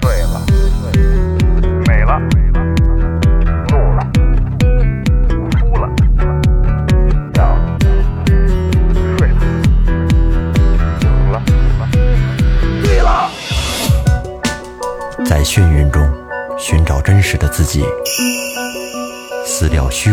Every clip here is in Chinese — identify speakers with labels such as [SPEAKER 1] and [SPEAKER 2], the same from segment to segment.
[SPEAKER 1] 醉了，美了，怒了，哭了，笑了，睡了，醒了，醉了。
[SPEAKER 2] 在眩晕中寻找真实的自己，撕掉虚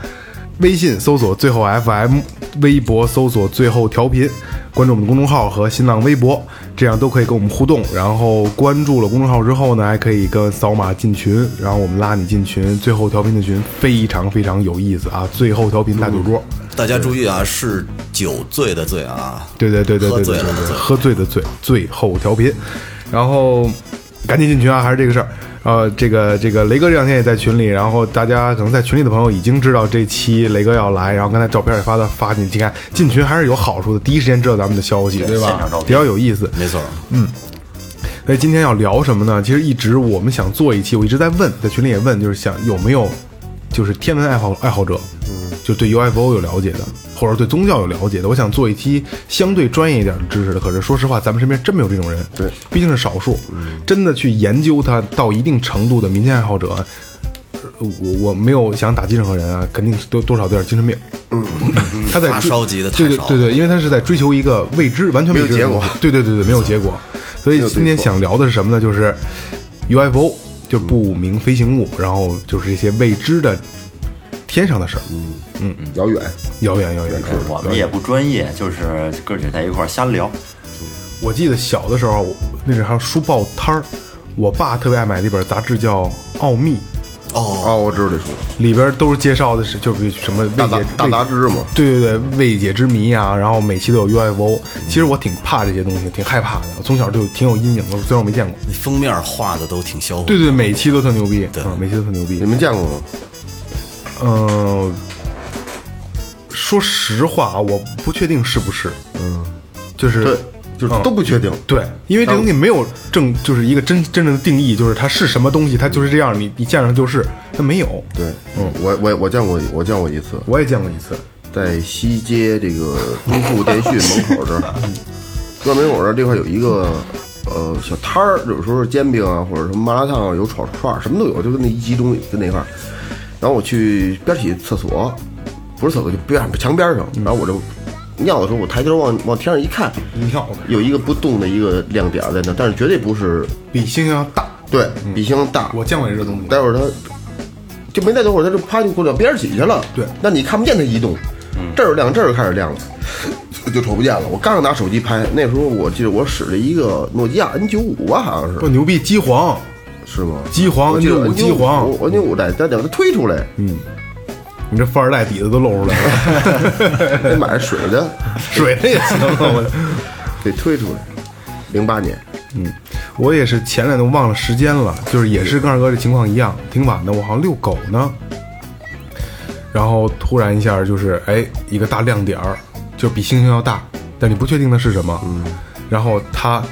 [SPEAKER 3] 微信搜索最后 FM，微博搜索最后调频，关注我们的公众号和新浪微博，这样都可以跟我们互动。然后关注了公众号之后呢，还可以跟扫码进群，然后我们拉你进群。最后调频的群非常非常有意思啊！最后调频大酒桌，
[SPEAKER 4] 大家注意啊，是酒醉的醉啊，
[SPEAKER 3] 对对对对对对对
[SPEAKER 4] 喝醉了
[SPEAKER 3] 对，
[SPEAKER 4] 醉
[SPEAKER 3] 喝醉的醉，最后调频。然后赶紧进群啊，还是这个事儿。呃，这个这个雷哥这两天也在群里，然后大家可能在群里的朋友已经知道这期雷哥要来，然后刚才照片也发到发进去看，进群还是有好处的，第一时间知道咱们的消息，对吧？比较有意思。
[SPEAKER 4] 没错。
[SPEAKER 3] 所哎以今天要聊什么呢？其实一直我们想做一期，我一直在问，在群里也问，就是想有没有就是天文爱好爱好者，嗯，就对 UFO 有了解的，或者对宗教有了解的。我想做一期相对专业一点的知识的。可是说实话，咱们身边真没有这种人，对，毕竟是少数。
[SPEAKER 4] 嗯
[SPEAKER 3] 真的去研究它到一定程度的民间爱好者，呃我我没有想打击任何人啊，肯定是多多少有点精神病。嗯， 他在
[SPEAKER 4] 发
[SPEAKER 3] 追
[SPEAKER 4] 烧级的太
[SPEAKER 3] 对对
[SPEAKER 4] 少了
[SPEAKER 3] 对对，因为他是在追求一个未知，完全
[SPEAKER 5] 没有
[SPEAKER 3] 未知的
[SPEAKER 5] 结
[SPEAKER 3] 东
[SPEAKER 5] 果
[SPEAKER 3] 西对对对对，没有结 果。所以今天想聊的是什么呢？就是 UFO，就是
[SPEAKER 5] 嗯
[SPEAKER 3] 不明飞行物，然后就是一些未知的天上的事儿，
[SPEAKER 5] 嗯遥远。
[SPEAKER 3] 遥远遥远。
[SPEAKER 6] 我们也不专业，就是哥儿姐在一块儿瞎聊。
[SPEAKER 3] 我记得小的时候，我那时候还有书报摊儿，我爸特别爱买的一本杂志叫《奥秘》，
[SPEAKER 4] 哦，
[SPEAKER 5] 哦，我知道这书，
[SPEAKER 3] 里边都是介绍的是就是什么
[SPEAKER 5] 大
[SPEAKER 3] 未
[SPEAKER 5] 杂
[SPEAKER 3] 解
[SPEAKER 5] 大杂志嘛。
[SPEAKER 3] 对对对，未解之谜啊，然后每期都有 UFO。其实我挺怕这些东西，挺害怕的，我从小就挺有阴影的，虽然我没见过。
[SPEAKER 4] 那封面画的都挺销魂。
[SPEAKER 3] 对对，每期都特牛逼，
[SPEAKER 4] 对
[SPEAKER 3] 嗯每期都特牛逼
[SPEAKER 5] 你。们见过吗？
[SPEAKER 3] 嗯，说实话啊，我不确定是不是，嗯，就是
[SPEAKER 5] 对，嗯就是都不确定。
[SPEAKER 3] 对，因为这东西没有正，就是一个真真正的定义，就是它是什么东西，它就是这样，你你见着它就是，它没有。
[SPEAKER 5] 对，嗯我我我见过，我见过一次，
[SPEAKER 3] 我也见过一次，
[SPEAKER 5] 在西街这个东富电讯门口这儿，东富门口这儿这块有一个呃小摊儿，有时候是煎饼啊，或者什么麻辣烫啊，有炒串儿，什么都有，就跟那一集中跟那块儿。然后我去边洗厕所，不是厕所，就边上墙边上。然后我就尿的时候，我抬头往往天上一看，
[SPEAKER 3] 尿的
[SPEAKER 5] 有一个不动的一个亮点儿在那，但是绝对不是
[SPEAKER 3] 比星星要大，
[SPEAKER 5] 对比星大。
[SPEAKER 3] 我见过这东西。
[SPEAKER 5] 待会儿他就没待多会儿，他就啪就过到边儿起去了。
[SPEAKER 3] 对嗯
[SPEAKER 5] 那你看不见他移动，这儿亮，这儿开始 亮了，就瞅不见了。我刚拿手机拍，那时候我记得我使了一个诺基亚 N 九五吧，好像是
[SPEAKER 3] 不牛逼，机皇
[SPEAKER 5] 是吗？
[SPEAKER 3] 机皇
[SPEAKER 5] 我记得
[SPEAKER 3] N95
[SPEAKER 5] N
[SPEAKER 3] 机皇嗯
[SPEAKER 5] ，N 九五在在等它推出来，
[SPEAKER 3] 你这富二代底子都露出来了，
[SPEAKER 5] 得买水的，
[SPEAKER 3] 水的也行。我
[SPEAKER 5] 得推出来。零八年，
[SPEAKER 3] 我也是前两天忘了时间了，就是也是跟二哥这情况一样，挺晚的，我好像遛狗呢，然后突然一下就是哎一个大亮点儿，就比星星要大，但你不确定它是什么，然后它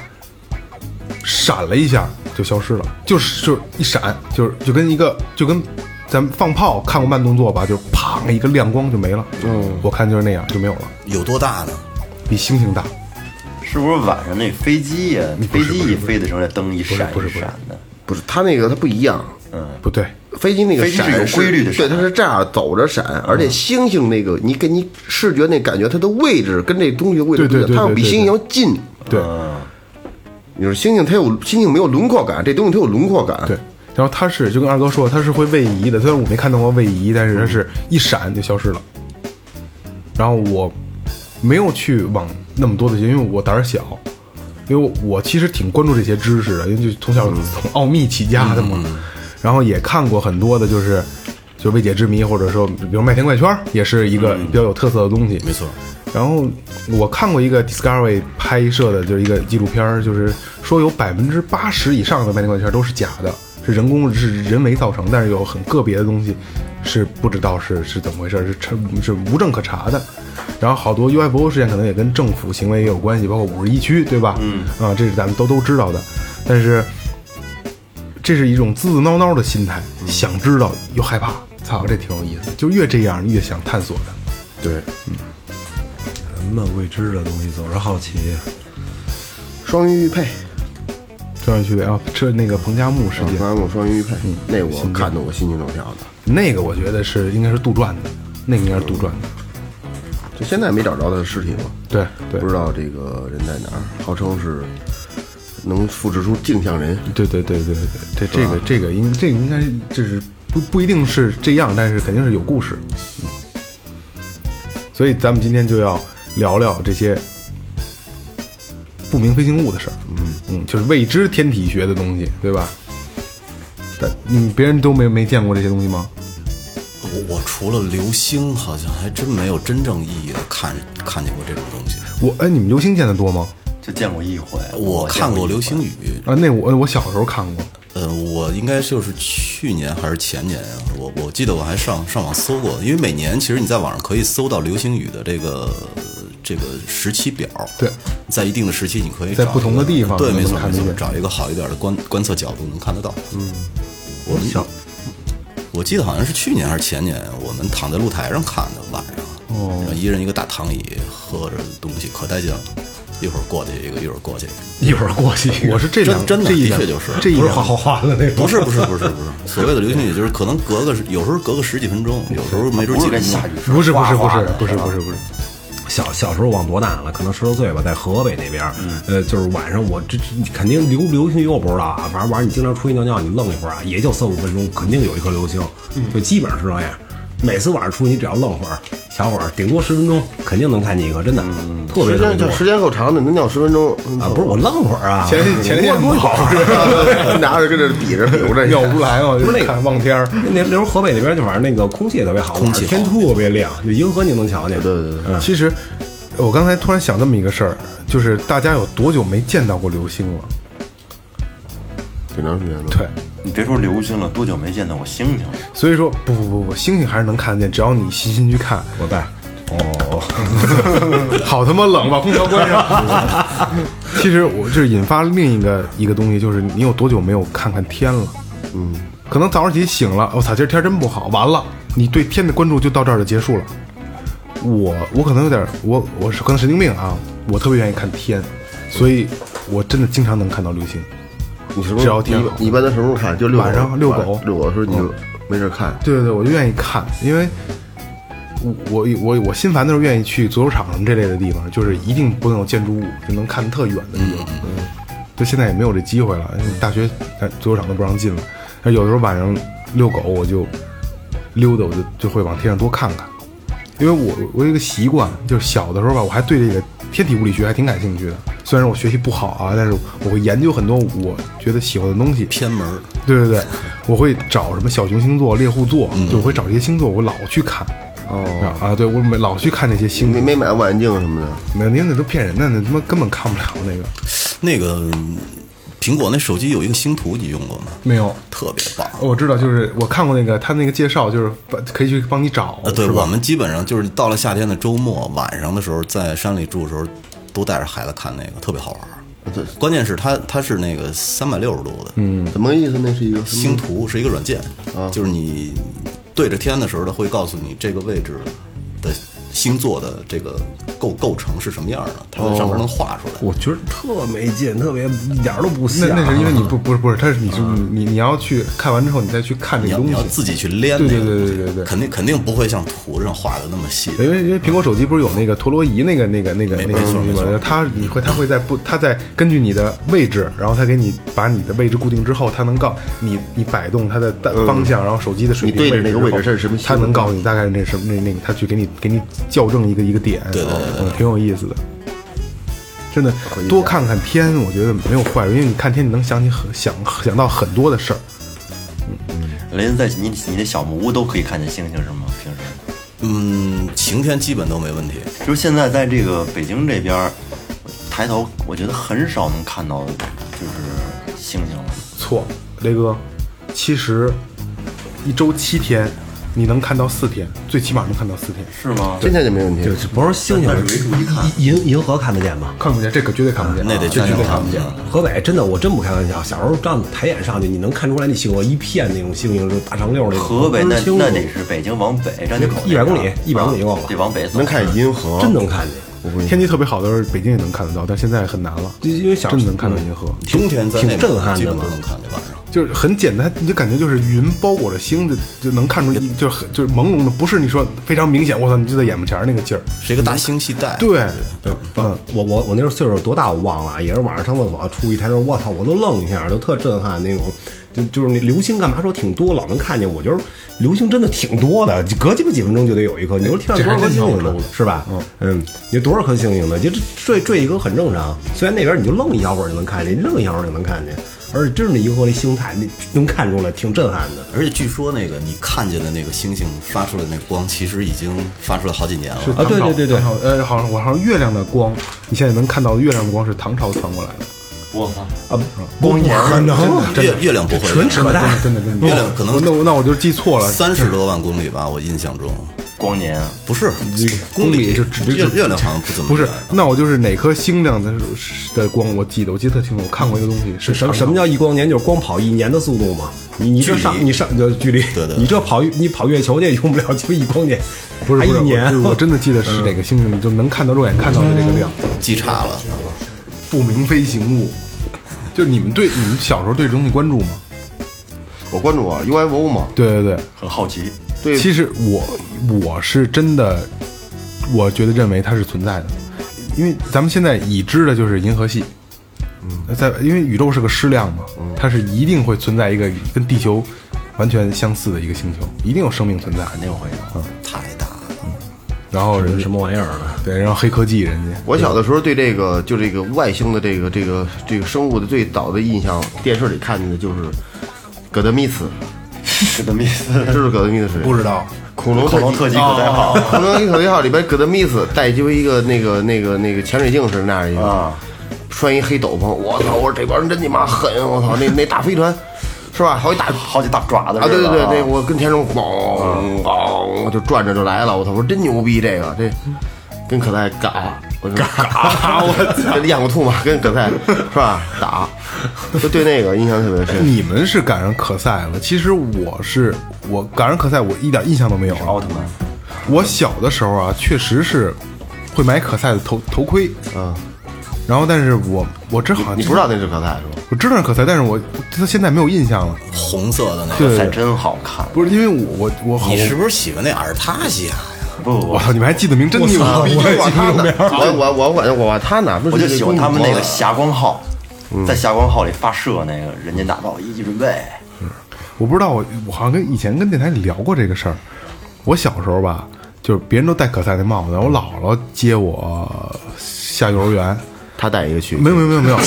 [SPEAKER 3] 闪了一下就消失了，就是就是一闪，就是就跟一个就跟咱们放炮看过慢动作吧，就是砰一个亮光就没了，嗯，我看就是那样就没有了，
[SPEAKER 4] 有多大呢？
[SPEAKER 3] 比星星大，
[SPEAKER 6] 是是不是晚上那飞机呀、飞机一飞的时候，那灯一闪
[SPEAKER 3] 不是
[SPEAKER 6] 一
[SPEAKER 3] 不是
[SPEAKER 6] 闪的，
[SPEAKER 5] 不是它那个它不一样，
[SPEAKER 3] 不对，
[SPEAKER 5] 飞机那个
[SPEAKER 6] 飞机是
[SPEAKER 5] 闪
[SPEAKER 6] 有规律的
[SPEAKER 5] 对，
[SPEAKER 6] 闪
[SPEAKER 5] 它是这样走着闪，而
[SPEAKER 3] 嗯
[SPEAKER 5] 且星星那个你给你视觉那感觉，它的位置跟这东西的位置不一
[SPEAKER 3] 对对
[SPEAKER 5] 样，
[SPEAKER 3] 对
[SPEAKER 5] 它要比
[SPEAKER 3] 对对
[SPEAKER 5] 星星要近。
[SPEAKER 3] 对
[SPEAKER 5] 你说星星它有星星没有轮廓感，这东西它有轮廓感。
[SPEAKER 3] 对。然后它是就跟二哥说，它是会位移的。虽然我没看到过位移，但是它是一闪就消失了。然后我没有去往那么多的，因为我胆儿小，因为我我其实挺关注这些知识的，因为就从小从奥秘起家的
[SPEAKER 4] 嗯
[SPEAKER 3] 嘛。然后也看过很多的，就是就未解之谜，或者说比如麦田怪圈儿，也是一个比较有特色的东西。
[SPEAKER 4] 嗯没错，
[SPEAKER 3] 然后我看过一个 Discovery 拍摄的，就是一个纪录片儿，就是说有百分之八十以上的麦田怪圈都是假的，是人工是人为造成，但是有很个别的东西是不知道是是怎么回事，是查是无证可查的。然后好多 UFO 事件可能也跟政府行为也有关系，包括五十一区，对吧？嗯，啊，这是咱们都都知道的，但是这是一种自自挠挠的心态，
[SPEAKER 5] 嗯
[SPEAKER 3] 想知道又害怕，操，这挺有意思，就越这样越想探索的。
[SPEAKER 7] 什么嗯未知的东西总是好奇。
[SPEAKER 5] 双鱼玉佩，
[SPEAKER 3] 专业区别啊，这那个彭加木事
[SPEAKER 5] 啊
[SPEAKER 3] 件，
[SPEAKER 5] 刚才我双鱼玉佩，
[SPEAKER 7] 嗯
[SPEAKER 5] 那我看得我心惊肉跳的。
[SPEAKER 3] 那个我觉得是应该是杜撰的，那个应该是杜撰
[SPEAKER 5] 嗯
[SPEAKER 3] 的。
[SPEAKER 7] 嗯
[SPEAKER 5] 就现在没找着他的尸体吗？
[SPEAKER 3] 对对
[SPEAKER 5] 不知道这个人在哪儿，号称是能复制出镜像人。
[SPEAKER 3] 对对对对对，这这个这个应这个应该就是不不一定是这样，但是肯定是有故事。嗯，所以咱们今天就要聊聊这些不明飞行物的事儿。嗯嗯，就是未知天体学的东西，对吧？但嗯，别人都没没见过这些东西吗？
[SPEAKER 4] 我我除了流星，好像还真没有真正意义的看看见过这种东西。
[SPEAKER 3] 我哎，你们流星见的多吗？
[SPEAKER 6] 就见过一回。
[SPEAKER 4] 我
[SPEAKER 6] 见
[SPEAKER 4] 看过
[SPEAKER 6] 一回
[SPEAKER 4] 流星雨，
[SPEAKER 3] 啊，那我我小时候看过。
[SPEAKER 4] 呃，我应该就是去年还是前年啊，我我记得我还上上网搜过，因为每年其实你在网上可以搜到流星雨的这个这个时期表，
[SPEAKER 3] 对，
[SPEAKER 4] 在一定的时期你可以
[SPEAKER 3] 在
[SPEAKER 4] 找
[SPEAKER 3] 不同的
[SPEAKER 4] 一个
[SPEAKER 3] 地方
[SPEAKER 4] 对，
[SPEAKER 3] 能
[SPEAKER 4] 没错
[SPEAKER 3] 看
[SPEAKER 4] 没
[SPEAKER 3] 得
[SPEAKER 4] 错
[SPEAKER 3] 见，
[SPEAKER 4] 找一个好一点的观观测角度能看得到。嗯，我们想，我记得好像是去年还是前年，我们躺在露台上看的晚上，哦，一人一个大躺椅，喝着东西可带劲了，一会儿过去一个，一会儿过去一个。
[SPEAKER 7] 一会儿过去，
[SPEAKER 3] 我是这
[SPEAKER 4] 真
[SPEAKER 3] 两
[SPEAKER 4] 真的
[SPEAKER 3] 这一
[SPEAKER 4] 的
[SPEAKER 3] 两
[SPEAKER 4] 确就是
[SPEAKER 3] 这一
[SPEAKER 7] 不是
[SPEAKER 3] 两
[SPEAKER 7] 画画画的那
[SPEAKER 4] 不
[SPEAKER 7] 种。
[SPEAKER 4] 是不是不是不 是，所谓的流星雨就是可能隔个十有时候隔个十几分钟，有时候没准
[SPEAKER 6] 不
[SPEAKER 4] 几
[SPEAKER 6] 是跟
[SPEAKER 4] 分钟
[SPEAKER 6] 下。雨似
[SPEAKER 3] 不是不是不
[SPEAKER 6] 哗哗
[SPEAKER 3] 是
[SPEAKER 6] 的
[SPEAKER 3] 不是不是不是，
[SPEAKER 7] 小小时候忘多大了，可能十多岁吧，在河北那边儿，呃，就是晚上我这这肯定流流星雨我不知道啊，反正晚上你经常出去尿尿，你愣一会儿啊，也就四五分钟，肯定有一颗流星，就基本上是这样。每次晚上出去，你只要愣会儿、小会儿，顶多十分钟，肯定能看见一个，真的，特别
[SPEAKER 5] 时
[SPEAKER 7] 特别
[SPEAKER 5] 间
[SPEAKER 7] 多
[SPEAKER 5] 就时间够长的，能尿十分钟
[SPEAKER 7] 啊！不是我愣会儿啊，
[SPEAKER 3] 前前天
[SPEAKER 7] 我我
[SPEAKER 3] 跑
[SPEAKER 5] 是， 拿着跟这比着比划 着，
[SPEAKER 3] 尿不出来嘛，
[SPEAKER 7] 不是那个
[SPEAKER 3] 看望天儿。
[SPEAKER 7] 那时候河北那边就反正那个空气也特别好，
[SPEAKER 4] 空气好
[SPEAKER 7] 天特别亮，就银河你能瞧见。对对对，
[SPEAKER 3] 其实我刚才突然想这么一个事儿，就是大家有多久没见到过流星了？
[SPEAKER 5] 挺长时间了。
[SPEAKER 3] 对，
[SPEAKER 6] 你别说流星了，多久没见到过星星了？
[SPEAKER 3] 所以说不不不不，星星还是能看见，只要你细心去看。
[SPEAKER 7] 我在。哦，
[SPEAKER 3] 好他妈冷，把空调关上。 其实我这引发另一个一个东西，就是你有多久没有看看天了？嗯，可能早上起醒了，我、操，今儿天真不好，完了，你对天的关注就到这儿就结束了。我我可能有点儿我我是可能神经病啊，我特别愿意看天，所以我真的经常能看到流星。
[SPEAKER 5] 你什么
[SPEAKER 3] 只
[SPEAKER 5] 时
[SPEAKER 3] 要
[SPEAKER 5] 候
[SPEAKER 3] 第一个
[SPEAKER 5] 你一般都什么时候看？就遛
[SPEAKER 3] 晚上遛
[SPEAKER 5] 遛
[SPEAKER 3] 狗
[SPEAKER 5] 遛狗的时候你
[SPEAKER 7] 嗯
[SPEAKER 5] 就没事儿看。
[SPEAKER 3] 对对对，我就愿意看，因为我我我我心烦的时候愿意去足球场什么这类的地方，就是一定不能有建筑物，就能看得特远的地方。嗯，就现在也没有这机会了，因为大学哎足球场都不让进了。那有的时候晚上遛狗，我就溜达，我就就会往天上多看看。因为我我有一个习惯，就是小的时候吧，我还对这个天体物理学还挺感兴趣的。虽然我学习不好啊，但是我会研究很多我觉得喜欢的东西。
[SPEAKER 4] 偏门儿，
[SPEAKER 3] 对对对，我会找什么小熊星座、猎户座，
[SPEAKER 4] 嗯
[SPEAKER 3] 就我会找这些星座，我老去看。哦啊，对我每老去看那些星
[SPEAKER 5] 没
[SPEAKER 4] 嗯
[SPEAKER 3] 座，
[SPEAKER 5] 没买望远镜什么的，
[SPEAKER 3] 没有，您那都骗人的，那他妈根本看不了那个。
[SPEAKER 4] 那个嗯苹果那手机有一个星图，你用过吗？
[SPEAKER 3] 没有，
[SPEAKER 4] 特别棒。
[SPEAKER 3] 我知道，就是我看过那个他那个介绍，就是把可以去帮你找
[SPEAKER 4] 呃，，对
[SPEAKER 3] 是吧
[SPEAKER 4] 我们基本上就是到了夏天的周末晚上的时候，在山里住的时候，都带着孩子看那个，特别好玩儿。
[SPEAKER 6] 呃
[SPEAKER 5] 对
[SPEAKER 4] 关键是它它是那个三百六十度的，嗯，
[SPEAKER 5] 怎么个意思？那是一个
[SPEAKER 4] 星图是一个软
[SPEAKER 3] 嗯
[SPEAKER 4] 件，就是你对着天的时候，它会告诉你这个位置的星座的这个构构成是什么样的，它在上面能画出
[SPEAKER 3] 哦
[SPEAKER 4] 来。
[SPEAKER 7] 我觉得特没劲，特别一点儿都不
[SPEAKER 3] 那
[SPEAKER 7] 像。
[SPEAKER 3] 那是因为你
[SPEAKER 4] 啊
[SPEAKER 3] 不不是不是，他是你是你你要去看完之后，你再去看这
[SPEAKER 4] 你
[SPEAKER 3] 个
[SPEAKER 4] 要
[SPEAKER 3] 东
[SPEAKER 4] 你要
[SPEAKER 3] 西。
[SPEAKER 4] 自己去练
[SPEAKER 3] 对
[SPEAKER 4] 那
[SPEAKER 3] 对
[SPEAKER 4] 个东西，
[SPEAKER 3] 对对对对
[SPEAKER 4] 肯定肯定不会像图上画的那么细。
[SPEAKER 3] 因为因为苹果手机不是有那个陀螺仪那个那个那个那个东西吗？它你会它会在不它在根据你的位置，然后它给你把你的位置固定之后，它能告你你摆动它的单方向，然后手机的水平
[SPEAKER 5] 嗯你对着那个
[SPEAKER 3] 位
[SPEAKER 5] 位置这是什么
[SPEAKER 3] 它能告诉你大概那什么那那个，它去给你给你校正一个一个点，对对对，挺有意思的。真的多看看天，我觉得没有坏处，因为你看天，你能想起很想想到很多的事儿。
[SPEAKER 6] 雷子在你你的小木屋都可以看见星星是吗？平时，
[SPEAKER 4] 嗯，晴天基本都没问题。
[SPEAKER 6] 就是现在在这个北京这边儿，抬头我觉得很少能看到就是星星了。
[SPEAKER 3] 错，雷哥，其实一周七天，你能看到四天，最起码能看到四天，
[SPEAKER 6] 是吗？
[SPEAKER 5] 今天就没问题
[SPEAKER 7] 就。是不是星星，银银河看得见吗？
[SPEAKER 3] 看不见，这可绝对看不见，啊
[SPEAKER 4] 那得
[SPEAKER 3] 这
[SPEAKER 4] 站
[SPEAKER 3] 绝对
[SPEAKER 4] 上
[SPEAKER 3] 看不见。
[SPEAKER 7] 河北真的，我真不开玩笑。小时候站抬眼上去，你能看出来那星河一片那种星星，就是大长溜儿那种。
[SPEAKER 6] 河北那
[SPEAKER 7] 分清楚
[SPEAKER 6] 那得是北京往北张家口那边
[SPEAKER 7] 100
[SPEAKER 6] 儿
[SPEAKER 7] 公里100公里够了
[SPEAKER 6] 啊得往北走。
[SPEAKER 5] 能看见银河，
[SPEAKER 7] 真能看见，
[SPEAKER 3] 天气特别好的时候，北京也能看得到，但现在很难了，
[SPEAKER 7] 就因为小嗯
[SPEAKER 3] 真的能看到银河，
[SPEAKER 4] 冬天在
[SPEAKER 7] 挺
[SPEAKER 4] 内蒙
[SPEAKER 7] 震撼的
[SPEAKER 4] 基本
[SPEAKER 7] 嘛
[SPEAKER 4] 都能看见晚上。
[SPEAKER 3] 就是很简单，你就感觉就是云包裹着星，就就能看出一，就是很就是朦胧的，不是你说非常明显，我操，你就在眼巴前儿那个劲儿。
[SPEAKER 4] 是一个大星系带。
[SPEAKER 3] 对，
[SPEAKER 7] 嗯，我我我那时候岁数多大我忘了啊，也是晚上上厕所出一抬头，我操，我都愣一下，就特震撼那种。就就是那流星干嘛说挺多，老能看见。我觉得流星真的挺多的，隔鸡巴几分钟就得有一颗。你说天上多少颗星星呢？是吧？嗯你多少颗星星呢？就这坠坠一颗很正常。虽然那边你就愣一小会儿就能看见，愣一小会儿就能看见，而且真是那银河那星态，那能看出来，挺震撼的。
[SPEAKER 4] 而且据说那个你看见的那个星星发出来的那光，其实已经发出来好几年了。
[SPEAKER 3] 是
[SPEAKER 7] 啊
[SPEAKER 3] 唐
[SPEAKER 7] 对
[SPEAKER 3] 朝
[SPEAKER 7] 对对对
[SPEAKER 3] 唐朝呃，好像我好像月亮的光，你现在能看到的月亮的光是唐朝传过来的，
[SPEAKER 6] 我操！
[SPEAKER 7] 啊，不可能，
[SPEAKER 4] 月月亮不会
[SPEAKER 7] 纯扯淡。
[SPEAKER 3] 真的真的。
[SPEAKER 4] 月亮可能
[SPEAKER 3] 我那我那我就记错了，
[SPEAKER 4] 三十多万公里吧，我印象中
[SPEAKER 6] 光年啊，
[SPEAKER 4] 不是
[SPEAKER 3] 公里就直
[SPEAKER 4] 月月亮好像不怎么
[SPEAKER 3] 不是
[SPEAKER 4] 远啊，
[SPEAKER 3] 那我就是哪颗星亮的的光，我记得我记得特清楚，我看过一个东西是
[SPEAKER 7] 什么
[SPEAKER 3] 长
[SPEAKER 7] 什么叫一光年？就是光跑一年的速度嘛。你你
[SPEAKER 4] 距
[SPEAKER 7] 这
[SPEAKER 4] 离
[SPEAKER 7] 上你上就距离，
[SPEAKER 4] 对对
[SPEAKER 7] 你这跑你跑月球去也用不了就一光年，
[SPEAKER 3] 不是
[SPEAKER 7] 还
[SPEAKER 3] 不
[SPEAKER 7] 一
[SPEAKER 3] 是
[SPEAKER 7] 年
[SPEAKER 3] 我，我真的记得是哪个星星，就能看到肉眼看到的这个亮，
[SPEAKER 4] 记差了。
[SPEAKER 3] 不明飞行物。就你们对你们小时候对这东西关注吗？
[SPEAKER 5] 我关注啊，UFO 嘛，
[SPEAKER 3] 对对对，
[SPEAKER 6] 很好奇。
[SPEAKER 5] 对，
[SPEAKER 3] 其实我我是真的，我觉得认为它是存在的，因为咱们现在已知的就是银河系，嗯，在因为宇宙是个矢量嘛，它是一定会存在一个跟地球完全相似的一个星球，一定有生命存在，肯定会有。
[SPEAKER 4] 太大了，
[SPEAKER 3] 然后人
[SPEAKER 7] 什么玩意儿啊呢？
[SPEAKER 3] 对，然后黑科技人家
[SPEAKER 5] 我小的时候对这个就这个外星的这个这个这个生物的最早的印象，电视里看见的就是戈德密 斯，
[SPEAKER 6] 是的意思。
[SPEAKER 5] 这是戈德密斯谁？
[SPEAKER 3] 不知道，哦
[SPEAKER 5] 恐龙
[SPEAKER 6] 恐龙特技可代号，
[SPEAKER 5] 恐龙一口一号里边戈德密斯戴就一个那个那个那个潜水镜似的那样一个，
[SPEAKER 6] 啊
[SPEAKER 5] 穿一黑斗篷，我操！我说这帮人真你妈狠！我操，那那大飞船是吧？好几大
[SPEAKER 6] 好几大爪子
[SPEAKER 5] 啊，对对对，那
[SPEAKER 6] 对，
[SPEAKER 5] 我跟田中咣
[SPEAKER 6] 啊
[SPEAKER 5] 咣我就转着就来了，我操，我说真牛逼这个这。跟可赛
[SPEAKER 6] 啊
[SPEAKER 5] 嘎，我说嘎，我 操，养过兔吗？跟可赛是吧？打，就对那个印象特别深。
[SPEAKER 3] 你们是赶上可赛了，其实我是我赶上可赛，我一点印象都没有了。
[SPEAKER 6] 奥特曼。
[SPEAKER 3] 我小的时候啊，确实是会买可赛的头头盔，
[SPEAKER 5] 嗯，
[SPEAKER 3] 然后但是我我这好像
[SPEAKER 5] 你不知道那是可赛是吧？
[SPEAKER 3] 我知道是可赛，但是我他现在没有印象了。
[SPEAKER 4] 红色的那个。
[SPEAKER 3] 对，
[SPEAKER 6] 赛真好看，
[SPEAKER 3] 不是因为我我我好
[SPEAKER 4] 你，是不是喜欢那阿尔塔西啊亚呀？
[SPEAKER 6] 不不
[SPEAKER 3] 我
[SPEAKER 6] 不，
[SPEAKER 3] 操，你们还记得名真牛逼！
[SPEAKER 5] 我我他呢？我我我我我他哪不是
[SPEAKER 6] 我就喜欢他们那
[SPEAKER 5] 一公
[SPEAKER 6] 个
[SPEAKER 5] 主吗
[SPEAKER 6] 霞光号，在霞光号里发射那个人间大道一级准备，
[SPEAKER 3] 我不知道，我我好像跟以前跟电台里聊过这个事儿。我小时候吧，就是别人都戴可赛那帽子，我姥姥接我下幼儿园，
[SPEAKER 5] 他带一个去，
[SPEAKER 3] 没有没有没有没有，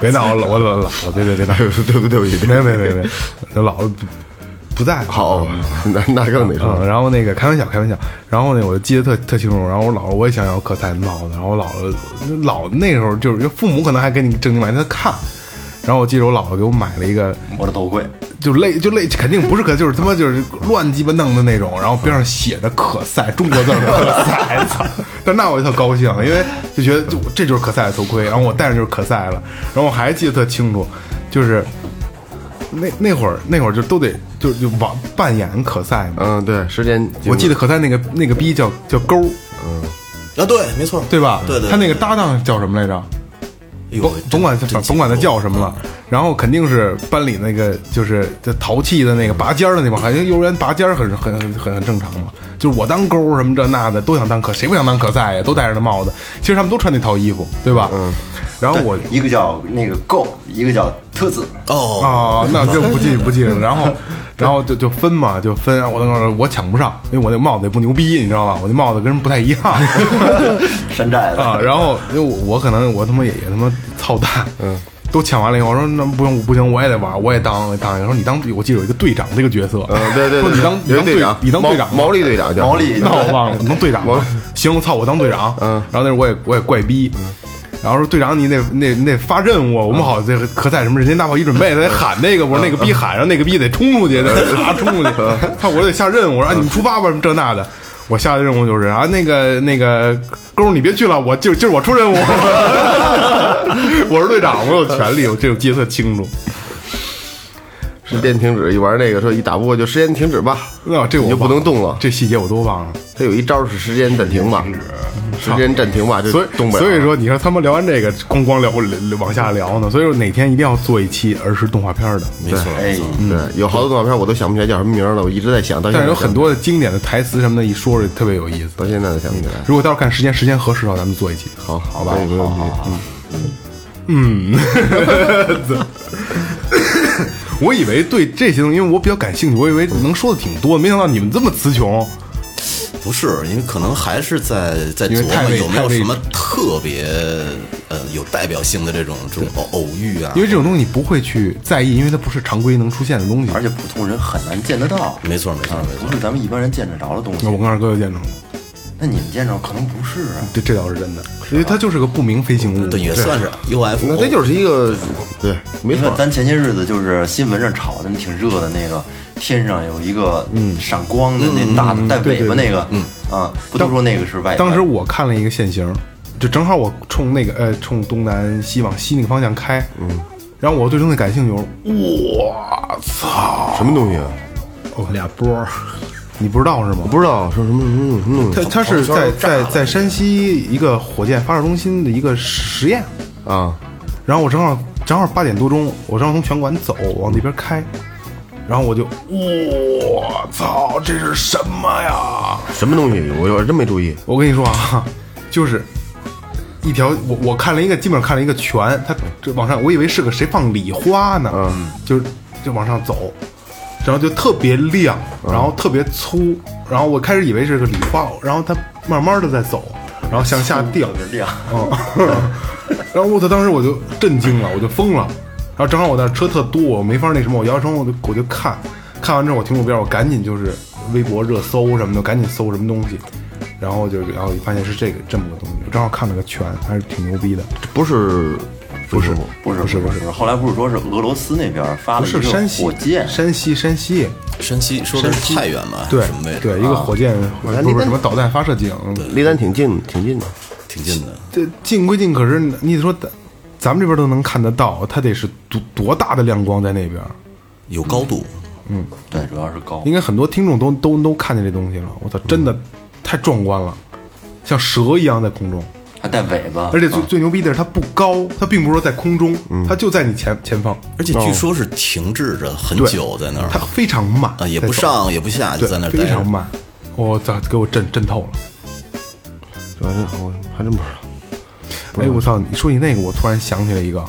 [SPEAKER 3] 别闹我老我老老别别别闹，对不对不起，没有没有没有没有，这老了不不在
[SPEAKER 5] 好，那那更没说。
[SPEAKER 3] 嗯，然后那个开玩笑，开玩笑。然后呢，我就记得特特清楚。然后我姥姥我也想要可赛帽子，然后我姥姥老那时候就是父母可能还给你正经买他看。然后我记得我姥姥给我买了一个，
[SPEAKER 6] 我的头盔，
[SPEAKER 3] 就类就类肯定不是可，就是他妈就是乱鸡巴弄的那种，然后边上写着可赛中国字儿可赛，操！ 但那我就特高兴，因为就觉得就这就是可赛的头盔，然后我戴上就是可赛了，然后我还记得特清楚，就是那那会儿那会儿就都得就就网扮演可赛嘛。
[SPEAKER 5] 嗯，对，时间
[SPEAKER 3] 我记得可赛那个那个逼叫叫勾，
[SPEAKER 4] 啊，对，没错，
[SPEAKER 3] 对吧？
[SPEAKER 4] 对对，
[SPEAKER 3] 他那个搭档叫什么来着？
[SPEAKER 4] 哎呦
[SPEAKER 3] 甭
[SPEAKER 4] 真
[SPEAKER 3] 甭管他
[SPEAKER 4] 真
[SPEAKER 3] 甭管他
[SPEAKER 4] 记不住
[SPEAKER 3] 叫什么了，然后肯定是班里那个就是这淘气的那个拔尖儿的那帮，好像幼儿园拔尖儿很很很很很正常嘛。就是我当钩儿什么这那的都想当可，谁不想当可赛呀？都戴着那帽子，其实他们都穿那套衣服，对吧？嗯。然后我
[SPEAKER 6] 一个叫那个 Go，一个叫特字，
[SPEAKER 4] 哦，
[SPEAKER 3] 哦，那就不记不记了。然后，然后就就分嘛，就分。我当时我抢不上，因为我那帽子也不牛逼，你知道吧？我那帽子跟人不太一样
[SPEAKER 6] 山寨的。
[SPEAKER 3] 啊。然后，因为我我可能我他妈也也他妈操蛋，嗯， 都抢完了以后，我说那不行不行，我也得玩，我也当当。然后你当，我记得有一个队长这个角色，
[SPEAKER 5] 嗯，对 对
[SPEAKER 3] 说
[SPEAKER 5] 对，
[SPEAKER 3] 你当你
[SPEAKER 5] 有一
[SPEAKER 3] 当
[SPEAKER 5] 队长，
[SPEAKER 3] 你当队长吗
[SPEAKER 5] 毛毛利队长叫
[SPEAKER 6] 毛利
[SPEAKER 3] 那我哦忘了，能队长吗？行，我操，我当队长。嗯，然后那时候我也我也怪逼，然后说队长你得那那发任务，我们好这个可赛什么人间大炮一准备，
[SPEAKER 5] 嗯
[SPEAKER 3] 得喊那个，我说那个逼喊，然后那个逼得冲出去，得咔冲出去，他我得下任务，我说啊
[SPEAKER 5] 嗯
[SPEAKER 3] 你们出发吧，什么这那的。我下的任务就是啊，那个那个哥儿你别去了，我就就是我出任务， 我是队长，我有权利，我这我记得特清楚。
[SPEAKER 5] 时间停止，一玩那个说一打不过就时间停止吧，
[SPEAKER 3] 那这我
[SPEAKER 5] 你就不
[SPEAKER 3] 忘
[SPEAKER 5] 能动了。
[SPEAKER 3] 这细节我都忘了。
[SPEAKER 5] 他有一招是时间暂停吧，时间暂停吧，就啊
[SPEAKER 3] 所以
[SPEAKER 5] 动不了。
[SPEAKER 3] 所以说，你说他们聊完这个，咣咣聊聊往下聊呢。所以说，哪天一定要做一期儿时动画片的。
[SPEAKER 4] 没错，
[SPEAKER 6] 哎，
[SPEAKER 5] 对，有好多动画片我都想不起来叫什么名儿了，我一直在想，到
[SPEAKER 3] 但
[SPEAKER 5] 现在
[SPEAKER 3] 是有很多的经典的台词什么的，一说着特别有意思。
[SPEAKER 5] 到现在都想不起来。
[SPEAKER 3] 如果到时候看时间，时间合适的话，咱们做一期。
[SPEAKER 5] 好，好吧，没问题。嗯
[SPEAKER 3] 我以为对这些东西，因为我比较感兴趣，我以为能说的挺多，没想到你们这么词穷。
[SPEAKER 4] 不是，因为可能还是在在
[SPEAKER 3] 因为
[SPEAKER 4] 琢
[SPEAKER 3] 太
[SPEAKER 4] 磨
[SPEAKER 3] 为
[SPEAKER 4] 有没有
[SPEAKER 3] 太为
[SPEAKER 4] 什么特别呃有代表性的这种这种偶偶遇啊
[SPEAKER 3] 因，为这种东西你不会去在意，因为它不是常规能出现的东西。
[SPEAKER 6] 而且普通人很难见得到，
[SPEAKER 4] 没错没错
[SPEAKER 6] 啊
[SPEAKER 4] 没错
[SPEAKER 6] 不是咱们一般人见得着的东西
[SPEAKER 3] 我。跟二哥又见着了，
[SPEAKER 6] 那你们见着可能不是啊。
[SPEAKER 3] 这这倒是真的，因为它就是个不明飞行物。
[SPEAKER 4] 对，也
[SPEAKER 3] 对
[SPEAKER 4] 算是 UFO，
[SPEAKER 5] 那这就是一个，对，没
[SPEAKER 6] 你
[SPEAKER 3] 嗯
[SPEAKER 5] 错
[SPEAKER 6] 看，，咱前些日子就是新闻上炒的挺热的那个，天上有一个
[SPEAKER 3] 嗯
[SPEAKER 6] 闪光的那大的带尾巴那个，嗯啊，不都说那个是
[SPEAKER 5] 哎
[SPEAKER 6] 外？
[SPEAKER 3] 当时我看了一个现形，就正好我冲那个呃冲东南西往西那个方向开，嗯，然后我对东西感兴趣，我说我操，
[SPEAKER 5] 什么东西啊？
[SPEAKER 7] 俩波儿，
[SPEAKER 3] 你不知道是吗？
[SPEAKER 5] 不知道说什么什么什么东西
[SPEAKER 3] 它它是在在在山西一个火箭发射中心的一个实验，
[SPEAKER 5] 啊？
[SPEAKER 3] 然后我正好正好八点多钟，我正好从拳馆走往那边开，然后我就我操，这是什么呀？
[SPEAKER 5] 什么东西？我我真没注意。
[SPEAKER 3] 我跟你说啊，就是一条我我看了一个，基本上看了一个全，它这往上，我以为是个谁放礼花呢，嗯，就是就往上走，然后就特别亮，然后特别粗，然后我开始以为是个礼花，然后它慢慢的在走，然后向下掉，
[SPEAKER 6] 这样，
[SPEAKER 3] 嗯，然后我操，当时我就震惊了，我就疯了。然后正好我那车特多，我没法那什么，我摇窗户我就我就看，看完之后我停路边，我赶紧就是微博热搜什么的，赶紧搜什么东西，然后就然后发现是这个这么个东西，我正好看了个全，还是挺牛逼的。
[SPEAKER 5] 这不是，不是，
[SPEAKER 6] 不是不是不是，后来不是说是俄罗斯那边发
[SPEAKER 3] 不
[SPEAKER 6] 了一
[SPEAKER 3] 是
[SPEAKER 6] 个
[SPEAKER 3] 山西，
[SPEAKER 6] 火箭，
[SPEAKER 3] 山西，山西，
[SPEAKER 4] 山西说的是太原吧，
[SPEAKER 3] 对
[SPEAKER 4] 啊什么位置？
[SPEAKER 6] 啊
[SPEAKER 3] 对，一个火箭，不是
[SPEAKER 5] 那
[SPEAKER 3] 不
[SPEAKER 5] 那
[SPEAKER 3] 是什么导弹发射井，
[SPEAKER 5] 离咱挺近，挺近的。
[SPEAKER 4] 挺近的。
[SPEAKER 3] 这近归近，可是你得说咱咱们这边都能看得到，它得是多多大的亮光在那边？
[SPEAKER 4] 有高度，
[SPEAKER 6] 对，主要是高
[SPEAKER 3] 应。该很多听众都都都看见这东西了。我操，真
[SPEAKER 4] 嗯
[SPEAKER 3] 的太壮观了，像蛇一样在空中。
[SPEAKER 6] 还带尾巴，
[SPEAKER 3] 而且最
[SPEAKER 6] 啊
[SPEAKER 3] 最牛逼的是，它不高，它并不是说在空中，它就在你前前方，
[SPEAKER 4] 嗯而且据说是停滞着很
[SPEAKER 3] 哦对
[SPEAKER 4] 久在那儿
[SPEAKER 3] 它非常慢
[SPEAKER 4] 啊，也不
[SPEAKER 3] 在走，
[SPEAKER 4] 上也不下，就
[SPEAKER 3] 对
[SPEAKER 4] 在那，儿
[SPEAKER 3] 非
[SPEAKER 4] 待着
[SPEAKER 3] 常。慢。我操，给我震震透了！
[SPEAKER 5] 这玩意儿我还真不知道。
[SPEAKER 3] 哎，我操！你说起那个，我突然想起来一个，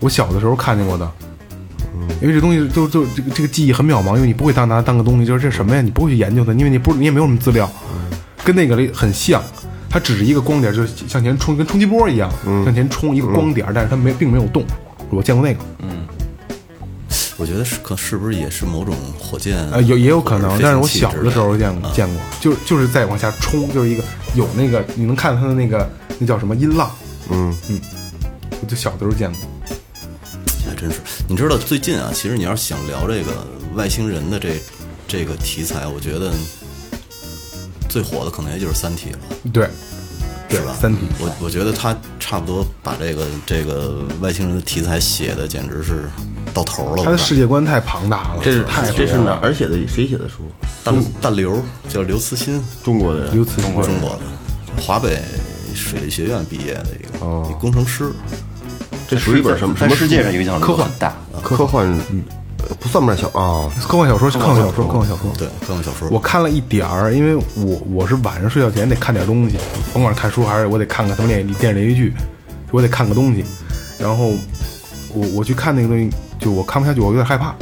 [SPEAKER 3] 我小的时候看见过的。因为这东西就就这个这个记忆很渺茫，因为你不会当拿它当个东西，就是这什么呀？你不会去研究它，因为你不你也没有什么资料，跟那个里很像，它只是一个光点，就是向前冲，跟冲击波一样，向前冲一个光点，但是它没并没有动。我见过那个，
[SPEAKER 4] 我觉得是可是不是也是某种火箭
[SPEAKER 3] 呃，有也有可
[SPEAKER 4] 或
[SPEAKER 3] 能，
[SPEAKER 4] 者
[SPEAKER 3] 但是我
[SPEAKER 4] 飞行器
[SPEAKER 3] 小
[SPEAKER 4] 之
[SPEAKER 3] 的时候
[SPEAKER 4] 类
[SPEAKER 3] 见过
[SPEAKER 4] 啊
[SPEAKER 3] 见过，就是就是在往下冲，就是一个有那个你能看到它的那个那叫什么音浪，
[SPEAKER 5] 嗯
[SPEAKER 3] 嗯，我就小的时候见过。
[SPEAKER 4] 还真是，你知道最近啊，其实你要是想聊这个外星人的这这个题材，我觉得最火的可能也就是《三体》了，
[SPEAKER 3] 对，对
[SPEAKER 4] 是吧？，
[SPEAKER 3] 三体，
[SPEAKER 4] 我我觉得他差不多把这个这个外星人的题材写的简直是到头了。
[SPEAKER 3] 他的
[SPEAKER 4] 我看
[SPEAKER 3] 世界观太庞大了，
[SPEAKER 5] 这是
[SPEAKER 3] 太
[SPEAKER 5] 这是哪儿写的？谁写的书？
[SPEAKER 4] 大大刘叫刘慈欣，
[SPEAKER 5] 中国的人。
[SPEAKER 3] 刘慈欣
[SPEAKER 4] 中国的，华北水利学院毕业的一个、一工程师，
[SPEAKER 5] 这属于一本什么什
[SPEAKER 6] 在
[SPEAKER 5] 么
[SPEAKER 6] 世界上影响力
[SPEAKER 5] 科幻
[SPEAKER 6] 很大。
[SPEAKER 5] 科幻，呃不算不上小啊。
[SPEAKER 3] 科幻小说，科幻小说，科幻小说。
[SPEAKER 4] 对，科幻小说。
[SPEAKER 3] 我看了一点儿，因为我我是晚上睡觉前得看点东西，甭管是看书还是我得看看他们电影电视连续剧，我得看个东西。然后我我去看那个东西，就我看不下去，我有点害怕，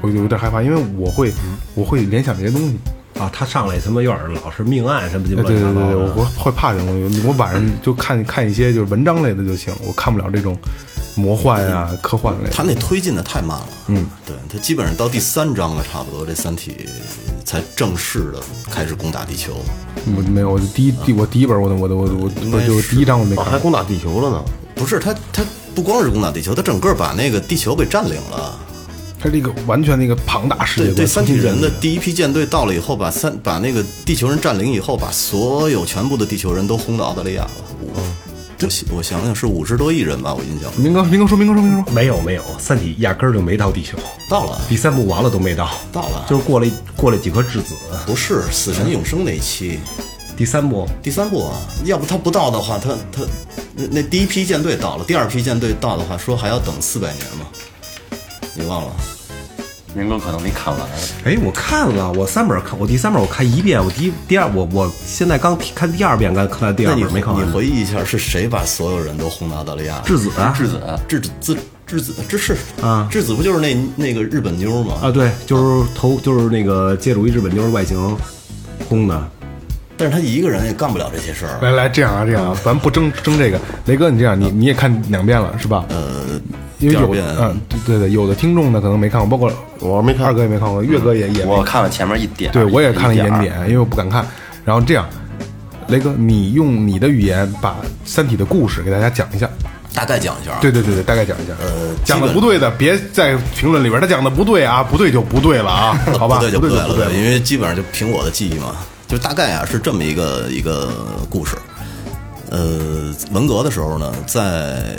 [SPEAKER 3] 我就有点害怕，因为我会我会联想这些东西。
[SPEAKER 7] 啊，他上来他妈有点老是命案什么的，
[SPEAKER 3] 哎，对对对对，我我
[SPEAKER 7] 我
[SPEAKER 3] 会怕这种东西。我晚上就看看一些就是文章类的就行，我看不了这种魔幻啊、科幻类的。
[SPEAKER 4] 他那推进的太慢了，嗯，对他基本上到第三章了，差不多这《三体》才正式的开始攻打地球。
[SPEAKER 3] 我没有，我第一第我第一本我都我都我都我
[SPEAKER 4] 应
[SPEAKER 3] 不
[SPEAKER 4] 该
[SPEAKER 3] 是就是第一章我没
[SPEAKER 5] 哦，
[SPEAKER 3] 看过，
[SPEAKER 5] 还攻打地球了呢。
[SPEAKER 4] 不是他，他不光是攻打地球，他整个把那个地球给占领了。
[SPEAKER 3] 它这个完全那个庞大世界
[SPEAKER 4] 对
[SPEAKER 3] 观。
[SPEAKER 4] 对，三体人
[SPEAKER 3] 重新
[SPEAKER 4] 的
[SPEAKER 3] 建立
[SPEAKER 4] 第一批舰队到了以后，把三把那个地球人占领以后，把所有全部的地球人都轰到澳大利亚了。我我想我想想是五十多亿人吧，我印象中
[SPEAKER 3] 明哥，明哥说，明哥说，明哥说，
[SPEAKER 7] 没有没有，三体压根儿就没到地球，
[SPEAKER 4] 到了
[SPEAKER 7] 第三部完了都没到，
[SPEAKER 4] 到了
[SPEAKER 7] 就是过了一过了几颗质子，
[SPEAKER 4] 不是死神永生那一期
[SPEAKER 7] 第三部
[SPEAKER 4] 第三部啊，要不他不到的话，他他那那第一批舰队到了，第二批舰队到的话，说还要等四百年嘛，你忘了？
[SPEAKER 6] 明哥可能没看完，
[SPEAKER 7] 哎，我看了，我三本儿看，我第三本儿我看一遍，我第一第二我我现在刚看第二遍，刚看第
[SPEAKER 4] 那
[SPEAKER 7] 二
[SPEAKER 4] 你
[SPEAKER 7] 本儿没看完
[SPEAKER 4] 你。回忆一下，是谁把所有人都轰到澳大利亚了？
[SPEAKER 7] 质子啊
[SPEAKER 6] 质子
[SPEAKER 4] 质子质质子质是
[SPEAKER 7] 啊
[SPEAKER 4] 质子不就是那那个日本妞儿吗？
[SPEAKER 7] 啊，对，就是头就是那个借助一日本妞儿外形轰的，
[SPEAKER 4] 但是他一个人也干不了这些事儿。
[SPEAKER 3] 来来，这样啊，这样啊，咱不争争这个。雷哥，你这样，你你也看两遍了是吧？
[SPEAKER 4] 呃，
[SPEAKER 3] 因为
[SPEAKER 4] 第二
[SPEAKER 3] 有
[SPEAKER 4] 遍
[SPEAKER 3] 嗯，对对对，有的听众呢可能没看过，包括
[SPEAKER 5] 我没看
[SPEAKER 3] 二哥也没看过，岳哥也也没
[SPEAKER 6] 我看了前面一点儿，
[SPEAKER 3] 对我也看了一点
[SPEAKER 6] 儿，啊
[SPEAKER 3] 点，因为我不敢看。然后这样，雷哥，你用你的语言把《三体》的故事给大家讲一下。
[SPEAKER 4] 大概讲一下啊。
[SPEAKER 3] 对对对对，大概讲一下。
[SPEAKER 4] 呃
[SPEAKER 3] 讲的
[SPEAKER 4] 基本
[SPEAKER 3] 不对的，别在评论里边，他讲的不对啊，不对就不对了 啊，好吧？
[SPEAKER 4] 不对就
[SPEAKER 3] 不
[SPEAKER 4] 对
[SPEAKER 3] 就不对
[SPEAKER 4] 了，因为基本上就凭我的记忆嘛，就大概啊是这么一个一个故事。呃，文革的时候呢，在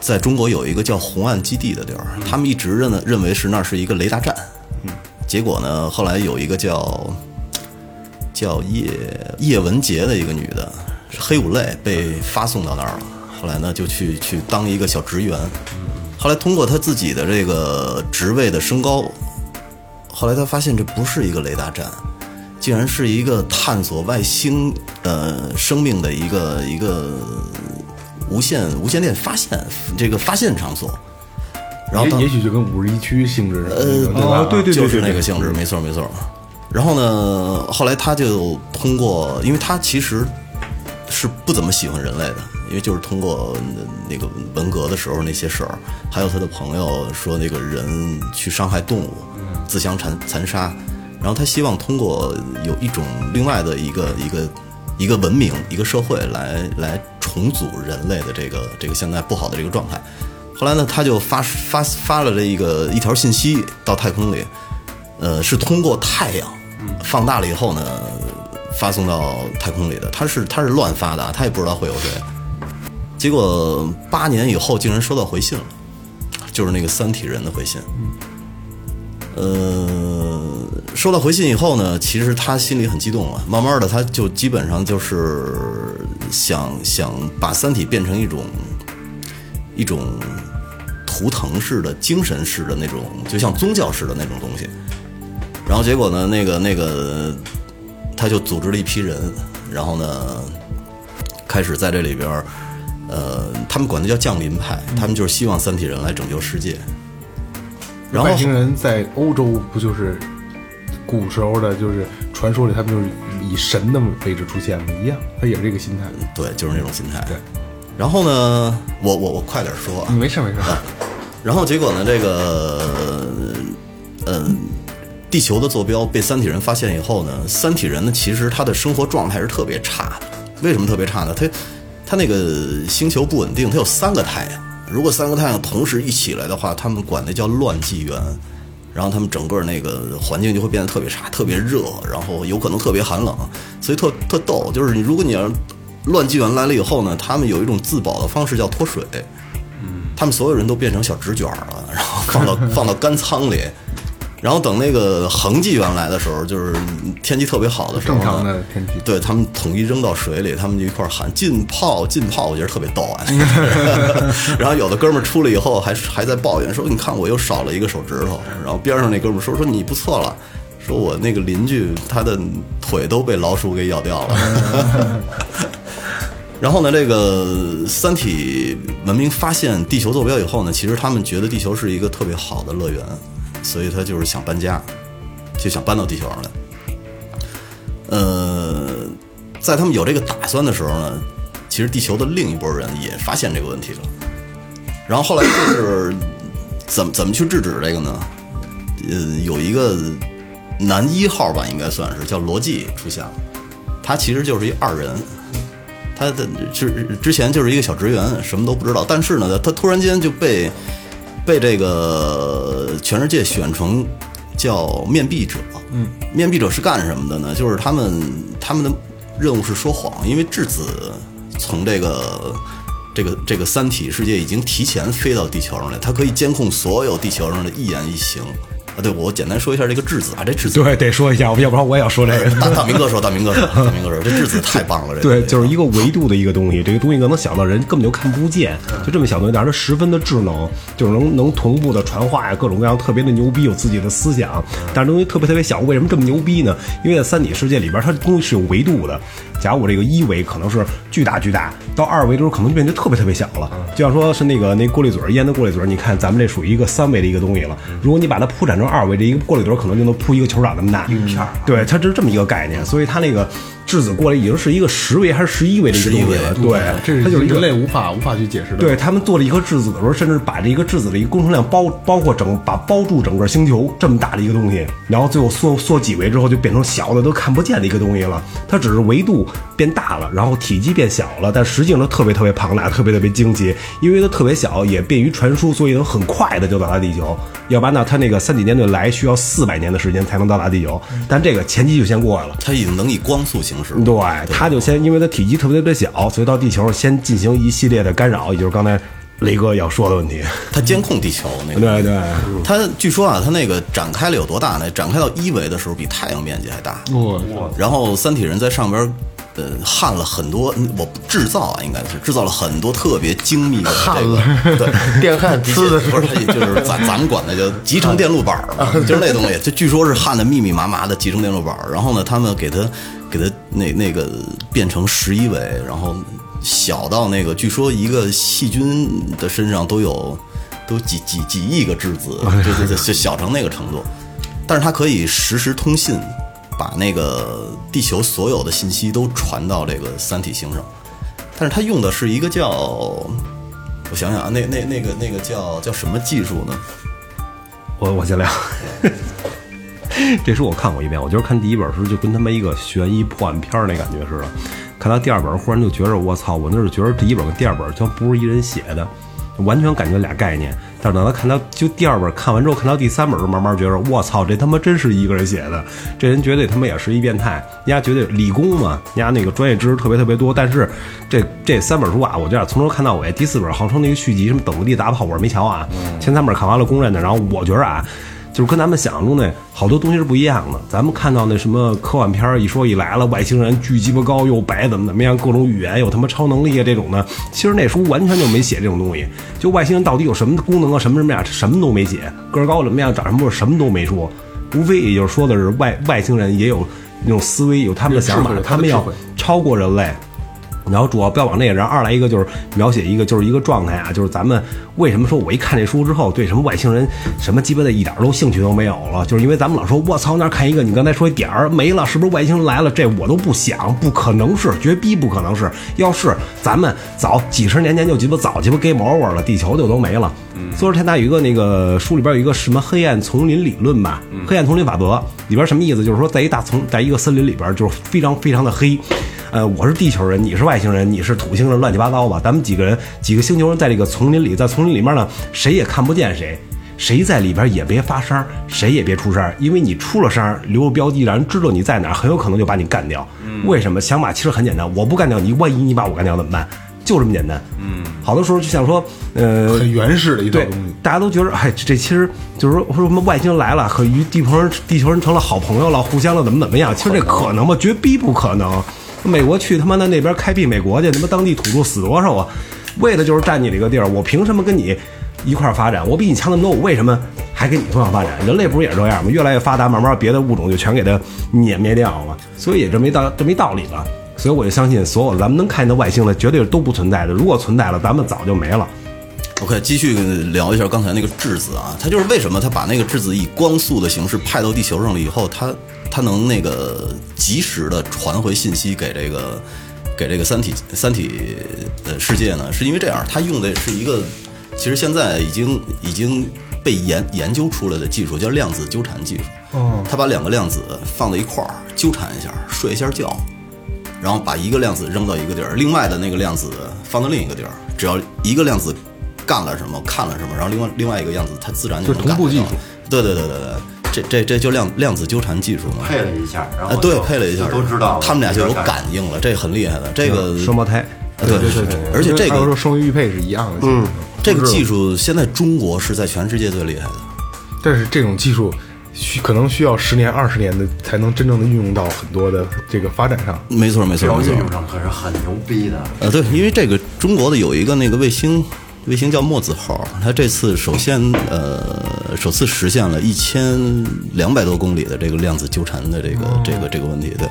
[SPEAKER 4] 在中国有一个叫红岸基地的地儿，他们一直认认为是那是一个雷达站。嗯，结果呢，后来有一个叫叫叶叶文洁的一个女的，是黑五类被发送到那儿了。后来呢，就去去当一个小职员。后来通过她自己的这个职位的升高，后来他发现这不是一个雷达站，竟然是一个探索外星呃生命的一个一个无线无线电发现这个发现场所。然后呃
[SPEAKER 3] 也
[SPEAKER 4] 当
[SPEAKER 3] 也许就跟五十一区性质似的，对吧？
[SPEAKER 7] 哦对对对
[SPEAKER 4] 就是
[SPEAKER 7] 对
[SPEAKER 4] 那个性质，没错没错。然后呢，后来他就通过，因为他其实是不怎么喜欢人类的，因为就是通过那个文革的时候那些事儿，还有他的朋友说那个人去伤害动物，自相残残杀。然后他希望通过有一种另外的一个一个一个文明、一个社会来来重组人类的这个这个现在不好的这个状态。后来呢，他就发发发了这一个一条信息到太空里，呃，是通过太阳放大了以后呢，发送到太空里的。他是他是乱发的啊，他也不知道会有谁。结果八年以后，竟然收到回信了，就是那个三体人的回信。呃，收到回信以后呢，其实他心里很激动啊。慢慢的，他就基本上就是想想把《三体》变成一种一种图腾式的、精神式的那种，就像宗教式的那种东西。然后结果呢，那个那个，他就组织了一批人，然后呢，开始在这里边儿，呃，他们管它叫降临派，他们就是希望三体人来拯救世界。然后
[SPEAKER 3] 外星人在欧洲不就是古时候的，就是传说里他们就是以神的位置出现的，一样，他也是这个心态。
[SPEAKER 4] 对，就是那种心态。对。然后呢，我我我快点说啊。
[SPEAKER 3] 没事没事，
[SPEAKER 4] 然后结果呢，这个，呃，地球的坐标被三体人发现以后呢，三体人呢其实他的生活状态是特别差的。为什么特别差呢？他他那个星球不稳定，它有三个太阳。如果三个太阳同时一起来的话，他们管那叫乱纪元。然后他们整个那个环境就会变得特别差，特别热，然后有可能特别寒冷，所以特特逗。就是你如果你要乱纪元来了以后呢，他们有一种自保的方式叫脱水。他们所有人都变成小纸卷儿了，然后放到放到干仓里，然后等那个恒季原来的时候，就是天气特别好的时候呢，
[SPEAKER 3] 正常的天气
[SPEAKER 4] 对他们统一扔到水里，他们就一块儿喊“浸泡，浸泡”，我觉得特别逗 啊。 然后有的哥们儿出来以后还还在抱怨说：“你看我又少了一个手指头。”然后边上那哥们儿说：“说你不错了。”说我那个邻居他的腿都被老鼠给咬 掉了。然后呢，这个三体文明发现地球坐标以后呢，其实他们觉得地球是一个特别好的乐园，所以他就是想搬家，就想搬到地球上来。呃，在他们有这个打算的时候呢，其实地球的另一波人也发现这个问题了。然后后来就是怎么怎么去制止这个呢？呃，有一个男一号吧，应该算是叫罗辑出现了，他其实就是一二人。他的之之前就是一个小职员，什么都不知道。但是呢，他突然间就被被这个全世界选成叫面壁者。嗯，面壁者是干什么的呢？就是他们他们的任务是说谎，因为质子从这个这个这个三体世界已经提前飞到地球上来，它可以监控所有地球上的一言一行。啊，对，我简单说一下这个质子啊，这质子
[SPEAKER 7] 对，得说一下，要不然我也要说这 个。
[SPEAKER 4] 大大明哥说，大明哥说，大明哥说，这质子太棒了，这个
[SPEAKER 7] 对，就是一个维度的一个东西，这个东西可能小到人根本就看不见，就这么小东西，但是它十分的智能，就是能能同步的传话呀，各种各样特别的牛逼，有自己的思想，但是东西特别特别小，为什么这么牛逼呢？因为在三体世界里边，它的东西是有维度的。假如我这个一维可能是巨大巨大，到二维的时候可能变得特别特别小了，就像说是那个那过滤嘴儿烟的过滤嘴儿，你看咱们这属于一个三维的一个东西了。如果你把它铺展成二维，这一个过滤嘴儿可能就能铺一个球场那么大，一片啊对，它就是这么一个概念，所以它那个质子过来已经是一个十维还是十一维的一个东西了，对，
[SPEAKER 3] 这是
[SPEAKER 7] 它就是一
[SPEAKER 3] 人
[SPEAKER 7] 个
[SPEAKER 3] 类无法无法去解释的。
[SPEAKER 7] 对他们做了一颗质子的时候，甚至把这一个质子的一个工程量包包括整把包住整个星球这么大的一个东西，然后最后缩缩几维之后就变成小的都看不见的一个东西了。它只是维度变大了，然后体积变小了，但实际上它特别特别庞大，特别特别精奇，因为它特别小，也便于传输，所以能很快的就到达地球。要不然呢，它那个三体舰队来需要四百年的时间才能到达地球，但这个前期就先过来了。
[SPEAKER 4] 它已经能以光速行驶。
[SPEAKER 7] 对，他就先因为他体积特别特别小，所以到地球先进行一系列的干扰，也就是刚才雷哥要说的问题。
[SPEAKER 4] 它监控地球那个。
[SPEAKER 7] 对对，
[SPEAKER 4] 它据说啊，它那个展开了有多大呢？展开到一维的时候，比太阳面积还大。
[SPEAKER 3] 我
[SPEAKER 4] 然后三体人在上边，呃，焊了很多，嗯我制造啊，应该是制造了很多特别精密的焊了，对， 电焊呲的不是，它也就是咱咱们管那叫集成电路板儿嘛，就是那东西，就据说是焊的密密麻麻的集成电路板儿。然后呢，他们给它给它那那个变成十一维，然后小到那个，据说一个细菌的身上都有都几几几亿个质子，就就就就小成那个程度。但是它可以实时通信，把那个地球所有的信息都传到这个三体星上。但是它用的是一个叫，我想想啊，那那那个那个叫叫什么技术呢？
[SPEAKER 7] 我我先聊。 这书我看过一遍，我觉得看第一本时候就跟他妈一个悬疑破案片儿那感觉似的，看到第二本忽然就觉着我操，我那是觉着第一本跟第二本全不是一人写的，完全感觉俩概念。但是等到看到就第二本看完之后，看到第三本时候，慢慢觉着我操，这他妈真是一个人写的，这人绝对他妈也是一变态，人家绝对理工嘛，人家那个专业知识特别特别多。但是这这三本书啊，我觉得从头看到尾，第四本号称那个续集，什么等不地打炮，我是没瞧啊，前三本看完了公认的，然后我觉着啊。就是跟咱们想象中那好多东西是不一样的。咱们看到那什么科幻片儿，一说一来了外星人巨鸡巴高又白，怎么怎么样，各种语言有他妈超能力啊这种的，其实那书完全就没写这种东西。就外星人到底有什么功能啊，什么什么呀，什么都没写，个儿高怎么样，长什么样，什么都没说。无非也就是说的是外外星人也有那种思维，有他们的想法
[SPEAKER 3] 有智慧，
[SPEAKER 7] 他们
[SPEAKER 3] 有
[SPEAKER 7] 要
[SPEAKER 3] 智慧
[SPEAKER 7] 超过人类。然后主要标榜这个，然后二来一个就是描写一个就是一个状态啊，就是咱们为什么说我一看这书之后对什么外星人什么鸡巴的一点儿都兴趣都没有了，就是因为咱们老说我操那儿看一个，你刚才说一点儿没了，是不是外星人来了？这我都不想，不可能是，绝逼不可能是。要是咱们早几十年前就鸡巴早鸡巴 game over 了，地球就都没了。所以说现在有一个那个书里边有一个什么黑暗丛林理论吧，黑暗丛林法则里边什么意思？就是说在一大丛在一个森林里边就是非常非常的黑。呃，我是地球人，你是外星人，你是土星人，乱七八糟吧。咱们几个人，几个星球人在这个丛林里，在丛林里面呢，谁也看不见谁，谁在里边也别发声，谁也别出声，因为你出了声，留了标记，让人知道你在哪儿，很有可能就把你干掉。为什么？想法其实很简单，我不干掉你，万一你把我干掉怎么办？就这么简单。嗯，好多时候就想说，呃，
[SPEAKER 3] 很原始的一套
[SPEAKER 7] 对
[SPEAKER 3] 东西，，
[SPEAKER 7] 大家都觉得，哎，这其实就是说，说什么外星人来了，和与地球人地球人成了好朋友了，互相了，怎么怎么样？其实这可能吗？绝逼不可能！美国去他妈的那边开辟美国去，他妈当地土著死多少啊？为的就是占你这个地儿，我凭什么跟你一块儿发展？我比你强那么多，我为什么还跟你同样发展？人类不是也这样吗？越来越发达，慢慢别的物种就全给它碾灭掉了，所以也这没道这没道理了。所以我就相信，所有咱们能看见的外星的，绝对是都不存在的。如果存在了，咱们早就没了。
[SPEAKER 4] OK，继续聊一下刚才那个质子啊，它就是为什么它把那个质子以光速的形式派到地球上了以后，它它能那个及时的传回信息给这个给这个三体三体呃世界呢？是因为这样，它用的是一个其实现在已经已经被研研究出来的技术，叫量子纠缠技术。哦，它把两个量子放在一块儿纠缠一下，睡一下觉，然后把一个量子扔到一个地儿，另外的那个量子放到另一个地儿，只要一个量子干了什么，看了什么，然后另外另外一个量子它自然就能
[SPEAKER 3] 就是同步
[SPEAKER 4] 感觉到
[SPEAKER 3] 技术。
[SPEAKER 4] 对对对对对，这这这就量量子纠缠技术嘛。
[SPEAKER 6] 配了一下，然
[SPEAKER 4] 啊
[SPEAKER 6] 后，
[SPEAKER 4] 对
[SPEAKER 6] 就，
[SPEAKER 4] 配了一下，
[SPEAKER 6] 就都知道了，
[SPEAKER 4] 他们俩就有
[SPEAKER 6] 这事儿
[SPEAKER 4] 感应了，这很厉害的。这个
[SPEAKER 7] 嗯双胞胎，
[SPEAKER 4] 啊对对对对，而且这
[SPEAKER 3] 还有
[SPEAKER 4] 个
[SPEAKER 3] 说生育配是一样的，嗯，
[SPEAKER 4] 这个技术现在中国是在全世界最厉害的。
[SPEAKER 3] 但是这种技术需可能需要十年、二十年的才能真正的运用到很多的这个发展上。
[SPEAKER 4] 没错，没错，
[SPEAKER 6] 要
[SPEAKER 3] 嗯
[SPEAKER 4] 没错
[SPEAKER 6] 运。用上可是很牛逼的。
[SPEAKER 4] 呃，对，因为这个中国的有一个那个卫星，卫星叫墨子号，它这次首先呃首次实现了一千两百多公里的这个量子纠缠的这个、这个这个问题，对。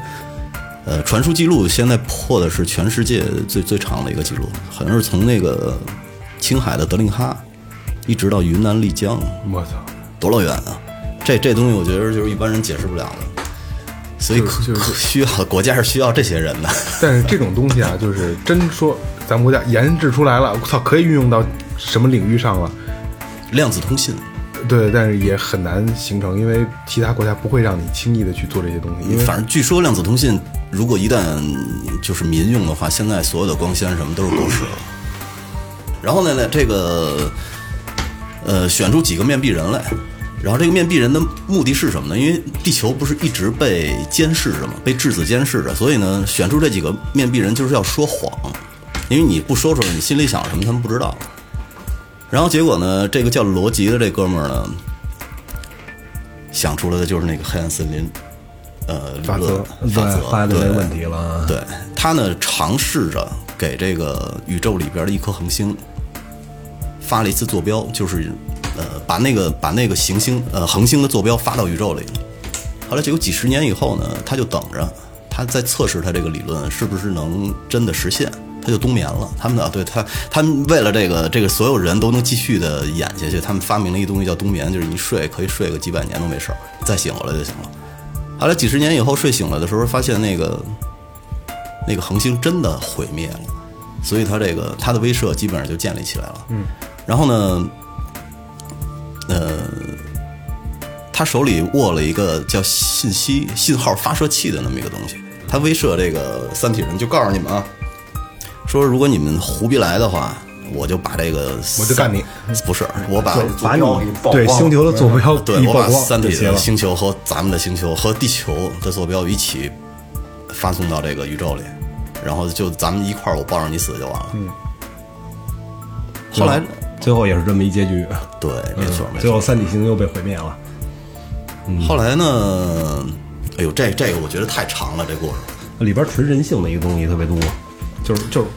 [SPEAKER 4] 呃，传输记录现在破的是全世界最最长的一个记录，好像是从那个青海的德令哈，一直到云南丽江，
[SPEAKER 3] 我操，
[SPEAKER 4] 多老远啊！这这东西我觉得就是一般人解释不了的，所以可、可需要国家是需要这些人的。
[SPEAKER 3] 但是这种东西啊，就是真说咱们国家研制出来了，我操，可以运用到什么领域上了？
[SPEAKER 4] 量子通信，
[SPEAKER 3] 对，但是也很难形成，因为其他国家不会让你轻易的去做这些东西，因为
[SPEAKER 4] 反正据说量子通信如果一旦就是民用的话，现在所有的光纤什么都是狗屎了。然后呢，这个呃，选出几个面壁人来。然后这个面壁人的目的是什么呢？因为地球不是一直被监视着嘛，被质子监视着，所以呢，选出这几个面壁人就是要说谎，因为你不说出来，你心里想什么他们不知道。然后结果呢，这个叫罗辑的这哥们儿呢，想出来的就是那个黑暗森林，呃，理
[SPEAKER 3] 法则
[SPEAKER 4] 论法则，
[SPEAKER 7] 发现
[SPEAKER 4] 对
[SPEAKER 7] 没问题了啊。
[SPEAKER 4] 对他呢，尝试着给这个宇宙里边的一颗恒星发了一次坐标，就是呃，把那个把那个行星呃恒星的坐标发到宇宙里。后来结果几十年以后呢，他就等着，他在测试他这个理论是不是能真的实现，他就冬眠了。他们啊，对他，他们为了这个这个所有人都能继续的演下去，他们发明了一个东西叫冬眠，就是你睡可以睡个几百年都没事儿，再醒过来就行了。后来几十年以后睡醒了的时候，发现那个那个恒星真的毁灭了，所以它这个它的威慑基本上就建立起来了。嗯，然后呢，呃，他手里握了一个叫信息信号发射器的那么一个东西，他威慑这个三体人，就告诉你们啊，说如果你们胡逼来的话，我就把这个
[SPEAKER 3] 我就干你，
[SPEAKER 4] 不是我把
[SPEAKER 7] 把
[SPEAKER 6] 坐标给
[SPEAKER 7] 你
[SPEAKER 6] 曝光
[SPEAKER 7] 对星球的坐标
[SPEAKER 4] 嗯对
[SPEAKER 7] 一
[SPEAKER 4] 我
[SPEAKER 7] 曝
[SPEAKER 4] 把
[SPEAKER 7] 光
[SPEAKER 4] 三
[SPEAKER 7] 就
[SPEAKER 4] 体
[SPEAKER 7] 行
[SPEAKER 4] 的
[SPEAKER 7] 了。
[SPEAKER 4] 星球和咱们的星球和地球的坐标一起发送到这个宇宙里，然后就咱们一块儿，我抱着你死就完了。嗯。后来，
[SPEAKER 7] 最后也是这嗯么一结局，
[SPEAKER 4] 对，没错，没
[SPEAKER 7] 最后
[SPEAKER 4] 错。
[SPEAKER 7] 三体星又被毁灭了。
[SPEAKER 4] 后来呢？哎呦，这这个我觉得太长了，这故事。
[SPEAKER 7] 里边纯人性的一个东西特别多，就是就是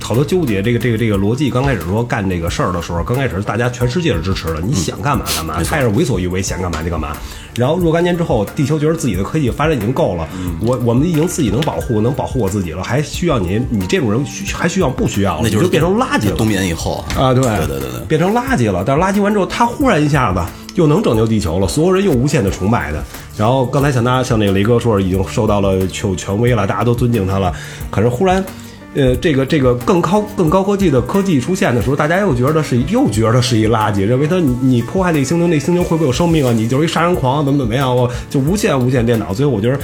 [SPEAKER 7] 好多纠结。这个这个这个逻辑，刚开始说干这个事儿的时候，刚开始大家全世界是支持的，你
[SPEAKER 4] 嗯
[SPEAKER 7] 想干嘛干嘛，开始为所欲为，想干嘛就干嘛。然后若干年之后，地球觉得自己的科技发展已经够了，
[SPEAKER 4] 嗯
[SPEAKER 7] 我我们已经自己能保护能保护我自己了，还需要你你这种人需还需要不需要了？
[SPEAKER 4] 那
[SPEAKER 7] 你
[SPEAKER 4] 是
[SPEAKER 7] 就变成垃圾了。
[SPEAKER 4] 冬眠以后
[SPEAKER 7] 啊，对，
[SPEAKER 4] 对对对对。
[SPEAKER 7] 变成垃圾了。但是垃圾完之后，他忽然一下子又能拯救地球了，所有人又无限的崇拜他。然后刚才像大家像那个雷哥说，已经受到了权权威了，大家都尊敬他了。可是忽然，呃，这个这个更高更高科技的科技出现的时候，大家又觉得是又觉得是一垃圾，认为他你你破坏那星球，那星球会不会有生命啊？你就是一杀人狂啊，怎么怎么样？我就无限无限颠倒。所以我觉得，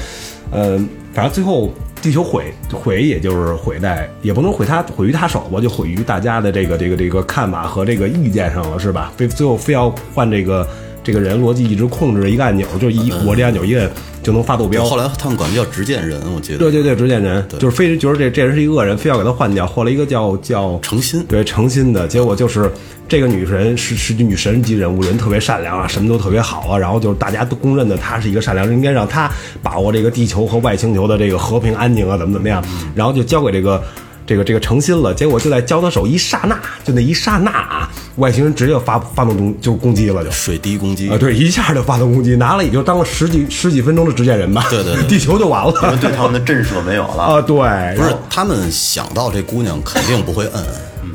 [SPEAKER 7] 呃，反正最后地球毁毁，也就是毁在，也不能毁他毁于他手吧，就毁于大家的这个这个这个看法和这个意见上了，是吧？非最后非要换这个这个人逻辑一直控制一个按钮，就一我这按钮一摁，就能发斗标。
[SPEAKER 4] 后来他们管叫执剑人，我记得。
[SPEAKER 7] 对对对，执剑人
[SPEAKER 4] 对
[SPEAKER 7] 就是非觉得这这人是一恶人，非要给他换掉，换了一个叫叫
[SPEAKER 4] 诚心
[SPEAKER 7] 对诚心的结果就是这个女神是是女神级人物，人特别善良啊，什么都特别好啊，然后就是大家都公认的她是一个善良人，应该让她把握这个地球和外星球的这个和平安宁啊，怎么怎么样，然后就交给这个。这个这个诚心了，结果就在交他手一刹那，就那一刹那啊，外星人直接就发发动攻就攻击了，就
[SPEAKER 4] 水滴攻击
[SPEAKER 7] 啊，，对，一下就发动攻击，拿了也就当了十几十几分钟的执剑人吧，
[SPEAKER 4] 对对对
[SPEAKER 7] 地球就完
[SPEAKER 6] 因为
[SPEAKER 7] 了
[SPEAKER 6] 对他们的震慑没有了。
[SPEAKER 7] 啊，对，
[SPEAKER 4] 不是他们想到这姑娘肯定不会摁，
[SPEAKER 7] 嗯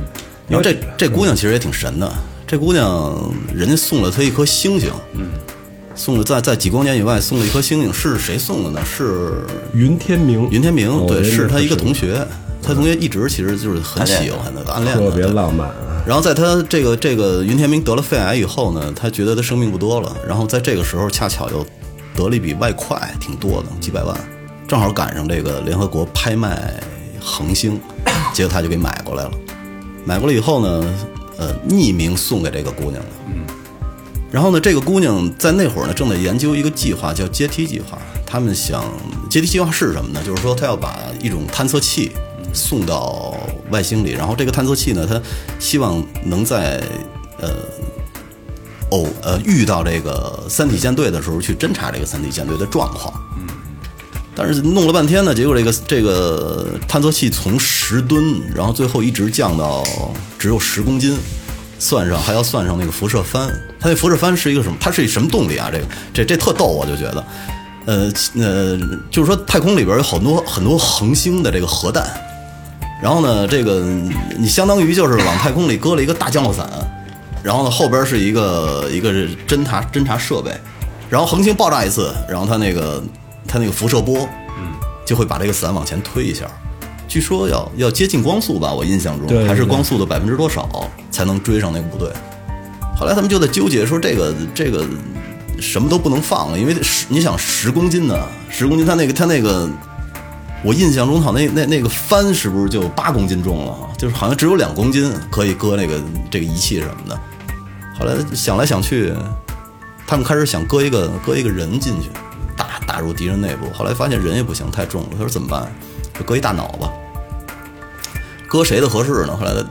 [SPEAKER 4] 因为这这姑娘其实也挺神的，这姑娘人家送了她一颗星星，嗯，送了在在几光年以外送了一颗星星，是谁送的呢？是
[SPEAKER 7] 云天明，
[SPEAKER 4] 云天明，
[SPEAKER 7] 哦
[SPEAKER 4] 对，
[SPEAKER 7] 云
[SPEAKER 4] 是他一个
[SPEAKER 7] 是
[SPEAKER 4] 同学，他同学一直其实就是很喜欢他，暗恋他
[SPEAKER 7] 特别浪漫啊，
[SPEAKER 4] 然后在他这个这个云天明得了肺癌以后呢，他觉得他生命不多了，然后在这个时候恰巧又得了一笔外快，挺多的，几百万，正好赶上这个联合国拍卖恒星，结果他就给买过来了。买过来以后呢，呃，匿名送给这个姑娘了。嗯。然后呢，这个姑娘在那会儿呢，正在研究一个计划，叫阶梯计划。他们想，阶梯计划是什么呢？就是说，他要把一种探测器送到外星里，然后这个探测器呢，他希望能在呃偶呃遇到这个三体舰队的时候去侦察这个三体舰队的状况。但是弄了半天呢，结果这个这个探测器从十吨，然后最后一直降到只有十公斤，算上还要算上那个辐射帆，它那辐射帆是一个什么？它是一什么动力啊？这个这这特逗，我就觉得，呃呃，就是说太空里边有很多很多恒星的这个核弹，然后呢，这个你相当于就是往太空里搁了一个大降落伞，然后呢后边是一个一个侦察侦察设备，然后恒星爆炸一次，然后它那个它那个辐射波，嗯，就会把这个伞往前推一下。据说要要接近光速吧，我印象中
[SPEAKER 7] 对对
[SPEAKER 4] 还是
[SPEAKER 7] 对
[SPEAKER 4] 光速的百分之多少才能追上那个部队。后来他们就在纠结说这个这个什么都不能放了，因为十你想十公斤呢，十公斤它那个它那个，我印象中好像那那那个帆是不是就八公斤重了？就是好像只有两公斤可以搁那个这个仪器什么的。后来想来想去，他们开始想搁一个搁一个人进去，打打入敌人内部。后来发现人也不行，太重了。他说怎么办？就搁一大脑吧。搁谁的合适呢？后来他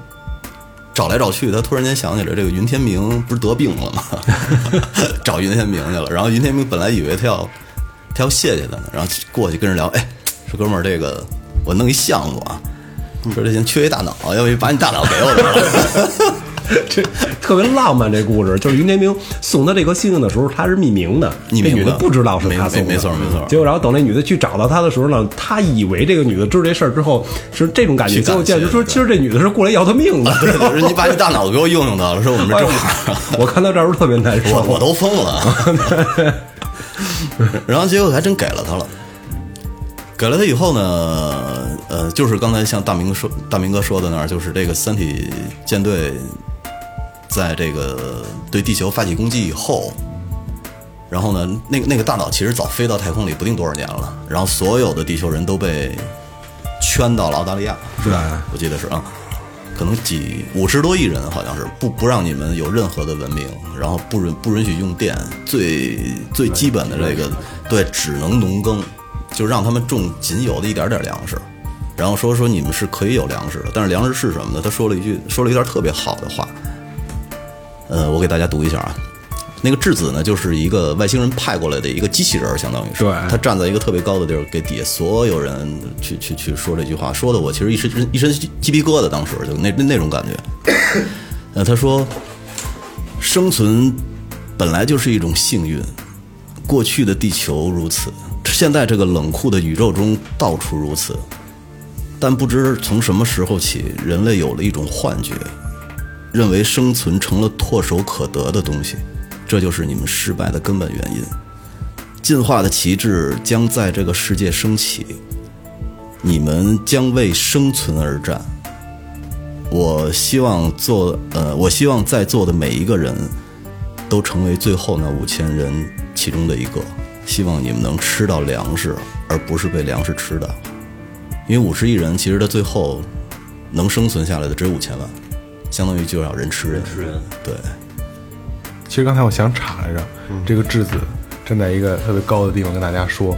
[SPEAKER 4] 找来找去，他突然间想起来，这个云天明不是得病了吗？ 找云天明去了。然后云天明本来以为他要他要谢谢他呢，然后过去跟人聊，哎，说哥们儿，这个我弄一项目啊，说这行缺一大脑，要不你把你大脑给我吧。
[SPEAKER 7] 这特别浪漫。这故事就是云天明送他这颗星星的时候，他是匿名的，
[SPEAKER 4] 匿名的
[SPEAKER 7] 那女的不知道是他送的，
[SPEAKER 4] 没没没错没错
[SPEAKER 7] 结果然后等那女的去找到他的时候呢，他以为这个女的知道这事儿之后是这种感觉，
[SPEAKER 4] 去
[SPEAKER 7] 结
[SPEAKER 4] 感
[SPEAKER 7] 果
[SPEAKER 4] 谢
[SPEAKER 7] 见就说
[SPEAKER 4] 对
[SPEAKER 7] 其实这女的是过来要他命 的。哎
[SPEAKER 4] 对 我说你把你大脑给我用用到了，说我们这正好。
[SPEAKER 7] 我看到这儿特 别难
[SPEAKER 4] 我
[SPEAKER 7] 受，
[SPEAKER 4] 我都疯了。然后结果还真给了他了，给了他以后呢，呃，就是刚才像大明说大明哥说的那儿，就是这个三体舰队在这个对地球发起攻击以后。然后呢，那个那个大脑其实早飞到太空里不定多少年了。然后所有的地球人都被圈到了澳大利亚，是吧？我记得是啊，可能几五十多亿人好像是不不让你们有任何的文明，然后不允不允许用电，最最基本的这个对，只能农耕，就让他们种仅有的一点点粮食。然后说说你们是可以有粮食的，但是粮食是什么呢？他说了一句，说了一段特别好的话，呃，我给大家读一下啊。那个质子呢，就是一个外星人派过来的一个机器人儿，相当于是。
[SPEAKER 7] 对
[SPEAKER 4] 他站在一个特别高的地儿，给底下所有人去去去说这句话，说的我其实一身一身鸡皮疙瘩，当时就那那那种感觉。 呃，他说，生存本来就是一种幸运，过去的地球如此，现在这个冷酷的宇宙中到处如此。但不知从什么时候起，人类有了一种幻觉，认为生存成了唾手可得的东西，这就是你们失败的根本原因。进化的旗帜将在这个世界升起，你们将为生存而战。我希望做呃，我希望在座的每一个人都成为最后那五千人其中的一个。希望你们能吃到粮食，而不是被粮食吃到。因为五十亿人，其实他最后能生存下来的只有五千万，相当于就要人吃人。吃人。对，
[SPEAKER 3] 嗯其实刚才我想插来着，这个质子站在一个特别高的地方跟大家说：“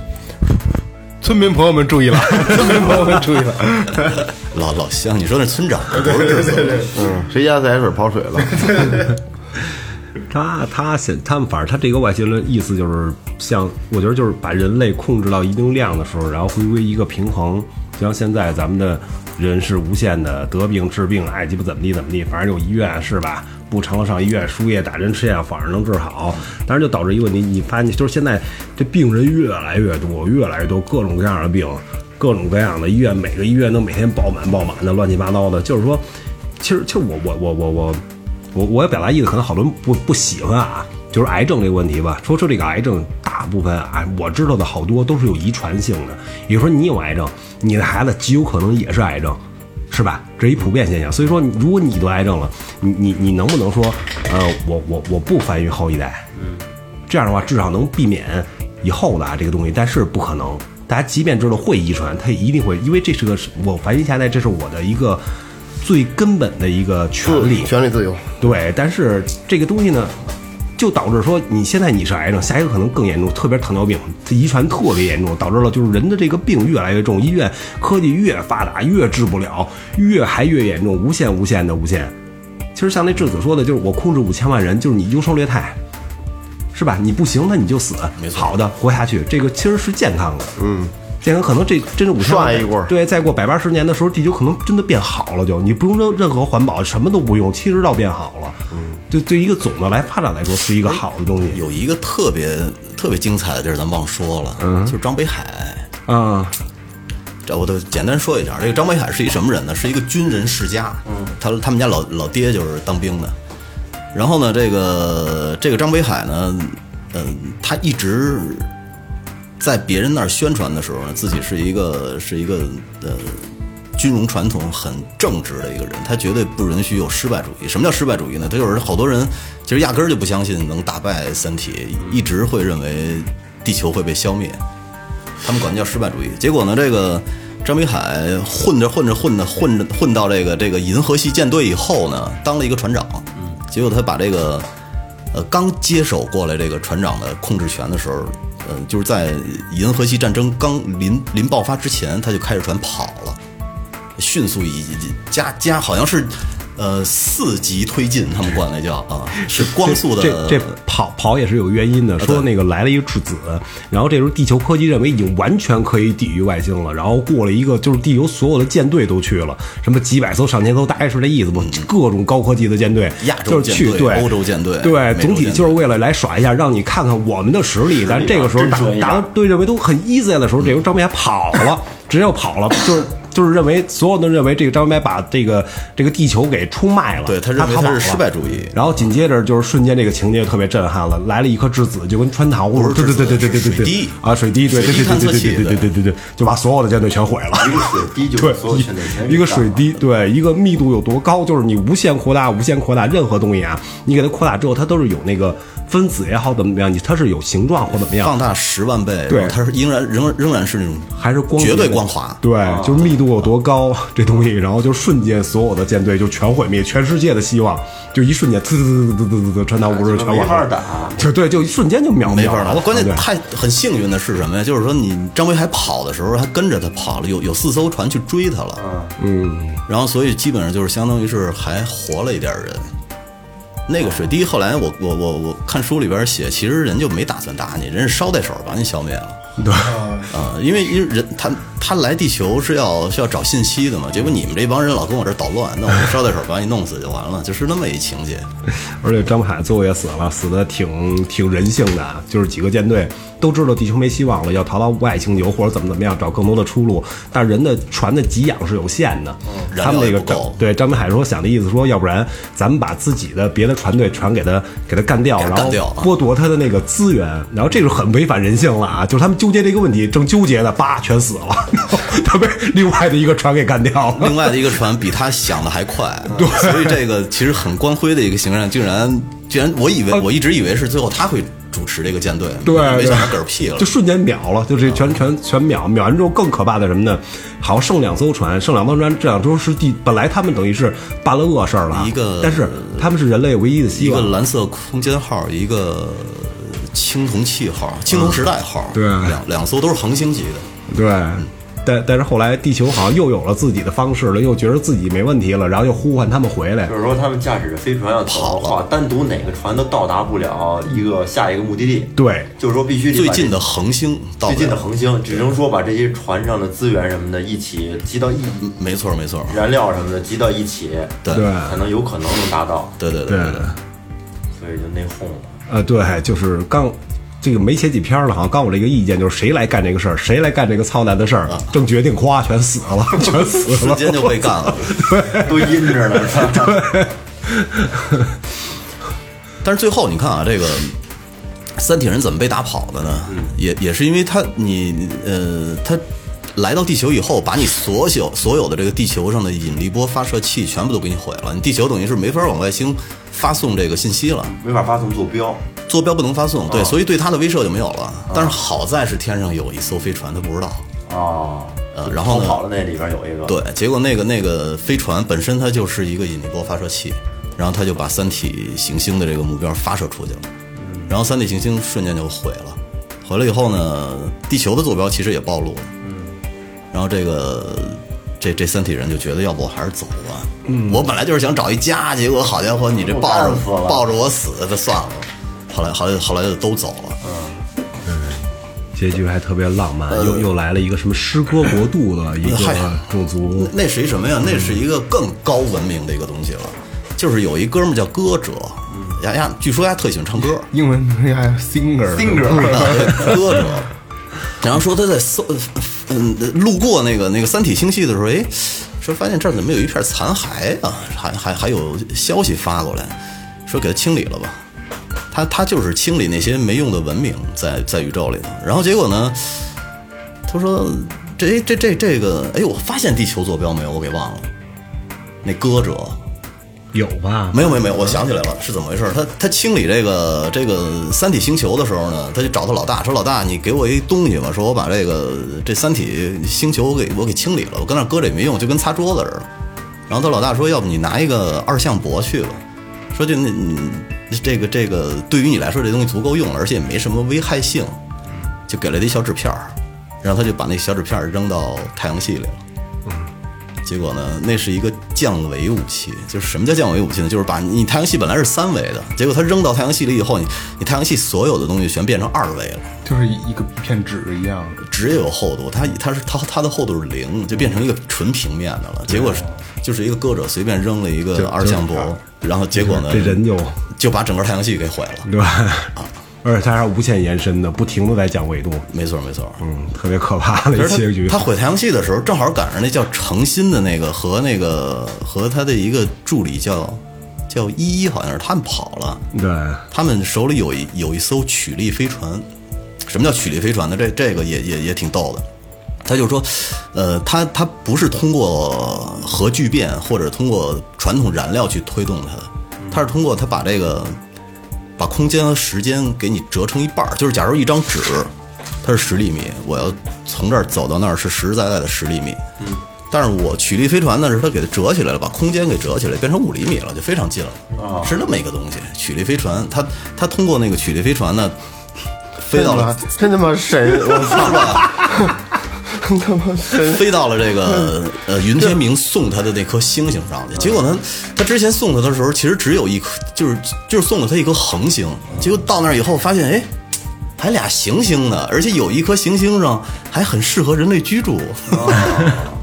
[SPEAKER 3] 村民朋友们注 意了，村民朋友们注意了，
[SPEAKER 4] 老老乡，你说那村长不是
[SPEAKER 5] 嗯，谁家自来水跑水了？
[SPEAKER 7] 他他现他们反正他这个外星人意思就是像我觉得就是把人类控制到一定量的时候，然后回归一个平衡。就像现在咱们的人是无限的，得病治病，爱鸡巴怎么地怎么地，反正有医院是吧？不成了上医院输液打针吃药，反正能治好。但是就导致一个问题，你发现就是现在这病人越来越多，越来越多，各种各样的病，各种各样的医院，每个医院都每天爆满爆满的，乱七八糟的。就是说，其实其实我我我我我我我要表达意思，可能好多人不不喜欢啊，就是癌症这个问题吧。说说这个癌症，大部分啊，我知道的好多都是有遗传性的，也就是说你有癌症，你的孩子极有可能也是癌症，是吧？这是一普遍现象。所以说，如果你得癌症了，你你你能不能说，呃，我我我不繁育后一代？这样的话至少能避免以后的啊这个东西，但是不可能。大家即便知道会遗传，它也一定会，因为这是个我繁育下一代，这是我的一个最根本的一个权利。
[SPEAKER 5] 权 利自由，
[SPEAKER 7] 对，但是这个东西呢，就导致说你现在你是癌症，下一个可能更严重，特别是糖尿病，它遗传特别严重，导致了就是人的这个病越来越重，医院科技越发达越治不了，越还越严重，无限无限的无限。其实像那智子说的，就是我控制五千万人，就是你优胜劣汰，是吧？你不行，那你就死，好的活下去，这个其实是健康的，嗯，健康可能这真是五千万
[SPEAKER 5] 涮一锅
[SPEAKER 7] 对，再过百八十年的时候，地球可能真的变好了就，你不用任任何环保，什么都不用，其实倒变好了，嗯，对对，一个总的来发展来说是一个好的东西
[SPEAKER 4] 有一个特别特别精彩的地儿，咱忘说了，就是张北海。
[SPEAKER 7] 啊，
[SPEAKER 4] 这我都简单说一下，这个张北海是一什么人呢？是一个军人世家，他他们家老老爹就是当兵的。然后呢，这个这个张北海呢，嗯、他一直在别人那儿宣传的时候呢，自己是一个是一个呃军容传统很正直的一个人，他绝对不允许有失败主义。什么叫失败主义呢？他就是好多人其实压根儿就不相信能打败三体，一直会认为地球会被消灭。他们管它叫失败主义。结果呢，这个张北海混着混着混着混着混到这个这个银河系舰队以后呢，当了一个船长。结果他把这个呃刚接手过来这个船长的控制权的时候，嗯、就是在银河系战争刚临临爆发之前，他就开着船跑了。迅速以加加好像是，呃，四级推进，他们管那叫啊，是光速的啊
[SPEAKER 7] 这这跑跑也是有原因的，说那个来了一个质子，然后这时候地球科技认为已经完全可以抵御外星了，然后过了一个就是地球所有的舰队都去了，什么几百艘、上千艘，大概是这意思不？各种高科技的舰队，
[SPEAKER 4] 嗯亚洲
[SPEAKER 7] 就是去
[SPEAKER 4] 舰队
[SPEAKER 7] 对
[SPEAKER 4] 欧洲舰队美
[SPEAKER 7] 对，
[SPEAKER 4] 洲
[SPEAKER 7] 总体
[SPEAKER 4] 舰
[SPEAKER 7] 就是
[SPEAKER 4] 队
[SPEAKER 7] 为了来耍一下，让你看看我们的实力。咱这个时候打
[SPEAKER 6] 真
[SPEAKER 7] 打到对认为都很 easy 的时候，这时候张北海跑了，直接就跑了，就是。就是认为所有人都认为这个张北海把这个这个地球给出卖了，
[SPEAKER 4] 对他
[SPEAKER 7] 他
[SPEAKER 4] 认为
[SPEAKER 7] 逃
[SPEAKER 4] 他
[SPEAKER 7] 跑
[SPEAKER 4] 是
[SPEAKER 7] 了
[SPEAKER 4] 失败主义
[SPEAKER 7] 然后紧接着就是瞬间这个情节特别震撼了，来了一颗质子，就跟穿堂
[SPEAKER 4] 不
[SPEAKER 7] 户
[SPEAKER 4] 是
[SPEAKER 7] 对
[SPEAKER 4] 质
[SPEAKER 7] 对
[SPEAKER 4] 子
[SPEAKER 7] 对对对对
[SPEAKER 4] 是
[SPEAKER 7] 对
[SPEAKER 4] 水
[SPEAKER 7] 对
[SPEAKER 4] 滴
[SPEAKER 7] 啊，水滴，对
[SPEAKER 4] 水
[SPEAKER 7] 对
[SPEAKER 4] 滴
[SPEAKER 7] 对
[SPEAKER 4] 探
[SPEAKER 7] 对
[SPEAKER 4] 测
[SPEAKER 7] 对
[SPEAKER 4] 器
[SPEAKER 7] 对对对对对对，就把所有的舰队全毁了。
[SPEAKER 6] 一个水滴就是
[SPEAKER 7] 对
[SPEAKER 6] 所有，全队全
[SPEAKER 7] 一一个水滴，对，一个密度有多高，就是你无限扩大、无限扩大任何东西啊，你给它扩大之后，它都是有那个分子也好怎么怎么样，你它是有形状或怎么
[SPEAKER 4] 放
[SPEAKER 7] 样，
[SPEAKER 4] 大十万倍，
[SPEAKER 7] 对
[SPEAKER 4] 然后它是仍然仍仍然是那种
[SPEAKER 7] 还是光
[SPEAKER 4] 绝对
[SPEAKER 7] 的
[SPEAKER 4] 光滑，
[SPEAKER 7] 对，就是密度有多高 这东西，然后就瞬间所有的舰队就全毁灭，全世界的希望就一瞬间，滋滋滋滋滋滋滋，穿堂
[SPEAKER 4] 啊
[SPEAKER 7] 不是全
[SPEAKER 6] 没
[SPEAKER 7] 完
[SPEAKER 6] 法
[SPEAKER 7] 了，
[SPEAKER 6] 打，
[SPEAKER 7] 就对，就一瞬间就秒
[SPEAKER 4] 没
[SPEAKER 7] 秒
[SPEAKER 4] 法打。啊
[SPEAKER 7] 了。
[SPEAKER 4] 关键
[SPEAKER 7] 对
[SPEAKER 4] 太很幸运的是什么呀？就是说你张威海跑的时候还跟着他跑了，有有四艘船去追他了，嗯，然后所以基本上就是相当于是还活了一点人。那个水滴后来我我我我看书里边写，其实人就没打算打你，人是捎带手把你消灭了。对，啊、因为因为人他他来地球是要是要找信息的嘛，结果你们这帮人老跟我这儿捣乱，那我就捎带手把你弄死就完了，就是那么一情节。
[SPEAKER 7] 而且张海最后也死了，死的挺挺人性的啊，就是几个舰队都知道地球没希望了，要逃到外星球或者怎么怎么样，找更多的出路。但人的船的给养是有限的，他们那
[SPEAKER 4] 嗯燃料也
[SPEAKER 7] 个
[SPEAKER 4] 不
[SPEAKER 7] 张
[SPEAKER 4] 够
[SPEAKER 7] 对张北海说想的意思说，要不然咱们把自己的别的船队船给他给他干掉，
[SPEAKER 4] 给他
[SPEAKER 7] 然
[SPEAKER 4] 干掉
[SPEAKER 7] 后
[SPEAKER 4] 啊
[SPEAKER 7] 剥夺他的那个资源，然后这就很违反人性了啊！就是他们纠结这个问题，正纠结呢，叭全死了， 然后他被另外的一个船给干掉 了。
[SPEAKER 4] 另外的一个船比他想的还快，所以这个其实很光辉的一个形象，竟然竟然我以为我一直以为是最后他会主持这个舰队，
[SPEAKER 7] 哦对
[SPEAKER 4] 没
[SPEAKER 7] 对
[SPEAKER 4] 想到嗝屁了
[SPEAKER 7] 就。瞬间秒了，就这全全全秒，秒完之后更可怕的是什么呢？好像剩两艘船，剩两艘船，这两艘是地，本来他们等于是办了恶事儿了啊，
[SPEAKER 4] 一个
[SPEAKER 7] 但是他们是人类唯一的
[SPEAKER 4] 一
[SPEAKER 7] 希
[SPEAKER 4] 个
[SPEAKER 7] 望，
[SPEAKER 4] 蓝色空间号，一个青铜器号、青铜时代号，
[SPEAKER 7] 啊对
[SPEAKER 4] 两两艘都是恒星级的，
[SPEAKER 7] 对，但但是后来地球好像又有了自己的方式了，又觉得自己没问题了，然后又呼唤他们回来
[SPEAKER 6] 就。是说他们驾驶着飞船要跑的话，单独哪个船都到达不了一个下一个目的地，
[SPEAKER 7] 对，
[SPEAKER 6] 就是说必须得
[SPEAKER 4] 最
[SPEAKER 6] 把这
[SPEAKER 4] 近的恒星到
[SPEAKER 6] 最近的
[SPEAKER 4] 了
[SPEAKER 6] 恒星，只能说把这些船上的资源什么的一起集到一
[SPEAKER 4] 嗯没错没错，
[SPEAKER 6] 燃料什么的集到一起，
[SPEAKER 4] 对
[SPEAKER 7] 对
[SPEAKER 6] 才能有可能能达到，
[SPEAKER 4] 对对
[SPEAKER 7] 对
[SPEAKER 4] 对，对，
[SPEAKER 6] 所以就内讧了。
[SPEAKER 7] 呃，对，就是刚这个没写几篇了，好像刚我这个意见就是谁来干这个事儿，谁来干这个操蛋的事儿，
[SPEAKER 4] 啊
[SPEAKER 7] 正决定夸全死了， 全死
[SPEAKER 4] 瞬
[SPEAKER 7] 了。
[SPEAKER 4] 间就被干了。
[SPEAKER 6] 都阴着呢，是吧？
[SPEAKER 4] 但是最后你看啊，这个三体人怎么被打跑的呢？也也是因为他你呃他。来到地球以后，把你所有所有的这个地球上的引力波发射器全部都给你毁了，你地球等于是没法往外星发送这个信息了。
[SPEAKER 6] 没法发送坐标，
[SPEAKER 4] 坐标不能发送，对，所以对它的威慑就没有了。但是好在是天上有一艘飞船，他不知道，
[SPEAKER 6] 哦，
[SPEAKER 4] 呃，然后
[SPEAKER 6] 逃
[SPEAKER 4] 呢，
[SPEAKER 6] 跑了那里边有一个，，
[SPEAKER 4] 对，结果那个那个飞船本身它就是一个引力波发射器，然后它就把三体行星的这个目标发射出去了，然后三体行星瞬间就毁了。回来以后呢，地球的坐标其实也暴露了，然后这个这这三体人就觉得，要不我还是走吧。我本来就是想找一家，结果好家伙，你这
[SPEAKER 6] 嗯我
[SPEAKER 4] 抱着
[SPEAKER 6] 干死了
[SPEAKER 4] 抱着我死，那算了。后来后来后来就都走了。
[SPEAKER 7] 结局还特别浪漫，又又来了一个什么诗歌国度的一
[SPEAKER 4] 呃嗨
[SPEAKER 7] 个种族，
[SPEAKER 4] 那是一什么呀？那是一个更高文明的一个东西了，就是有一哥们儿叫歌者，呀呀，据说他特喜欢唱歌，
[SPEAKER 3] 英文还有 singer singer
[SPEAKER 4] 歌者。 然后说他在搜，嗯，路过那个那个三体星系的时候，哎，说发现这儿怎么有一片残骸啊？还还还有消息发过来，说给他清理了吧。他他就是清理那些没用的文明在在宇宙里头。然后结果呢，他说这这这这个，哎，我发现地球坐标没有，我给忘了。那歌者
[SPEAKER 7] 有吧？
[SPEAKER 4] 没有没有没有，我想起来了，是怎么回事？他他清理这个这个三体星球的时候呢，他就找他老大，说老大，你给我一东西吧，说我把这个这三体星球给我给清理了，我跟那搁着也没用，就跟擦桌子似的。然后他老大说，要不你拿一个二向箔去吧，说就那嗯这个这个对于你来说这东西足够用了，而且也没什么危害性，就给了他一小纸片儿，然后他就把那小纸片儿扔到太阳系里了。结果呢，那是一个降维武器。就是什么叫降维武器呢？就是把你太阳系本来是三维的，结果它扔到太阳系里以后，你你太阳系所有的东西全变成二维了。
[SPEAKER 3] 就是一个一片纸一样，
[SPEAKER 4] 纸也有厚度，它它是它它的厚度是零，就变成一个纯平面的了。结果是就是一个歌者随便扔了一个二向箔，然后结果呢，
[SPEAKER 7] 这人就
[SPEAKER 4] 就把整个太阳系给毁了。
[SPEAKER 7] 对吧？而且它还是无限延伸的，不停的在讲纬度，
[SPEAKER 4] 没错没错，
[SPEAKER 7] 嗯，特别可怕的一结局。
[SPEAKER 4] 他毁太阳系的时候，正好赶上那叫程心的那个和那个和他的一个助理叫叫依依，好像是他们跑了。
[SPEAKER 7] 对，
[SPEAKER 4] 他们手里有一有一艘曲力飞船。什么叫曲力飞船呢？这这个也也也挺逗的。他就说，呃，他他不是通过核聚变或者通过传统燃料去推动它的，他是通过他把这个把空间和时间给你折成一半儿，就是假如一张纸，它是十厘米，我要从这儿走到那儿是实实在在的十厘米。嗯，但是我曲力飞船呢，是它给它折起来了，把空间给折起来，变成五厘米了，就非常近了，是那么一个东西。曲力飞船，它它通过那个曲力飞船呢，飞到了
[SPEAKER 5] 真他妈神！我 操！真他妈神！
[SPEAKER 4] 飞到了这个呃云天明送他的那颗星星上去。结果呢，他之前送他的时候，其实只有一颗，就是就是送了他一颗恒星。结果到那儿以后，发现哎，还俩行星呢，而且有一颗行星上还很适合人类居住。哦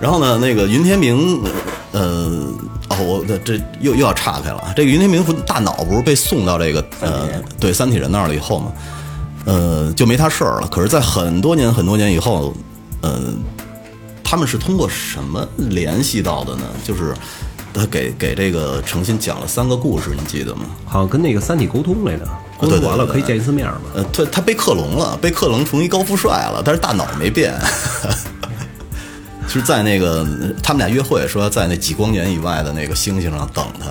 [SPEAKER 4] 然后呢，那个云天明，呃，哦，我这这又又要岔开了啊。这个云天明不大脑不是被送到这个呃对三体人那儿了以后嘛，呃，就没他事儿了。可是，在很多年很多年以后，呃，他们是通过什么联系到的呢？就是他给给这个程心讲了三个故事，你记得吗？
[SPEAKER 7] 好像跟那个三体沟通来着，沟通完
[SPEAKER 4] 对对对
[SPEAKER 7] 了
[SPEAKER 4] 对
[SPEAKER 7] 可以见一次面嘛。
[SPEAKER 4] 呃，他他被克隆了，被克隆成一高富帅了，但是大脑没变。 就是在那个他们俩约会，说在那几光年以外的那个星星上等他。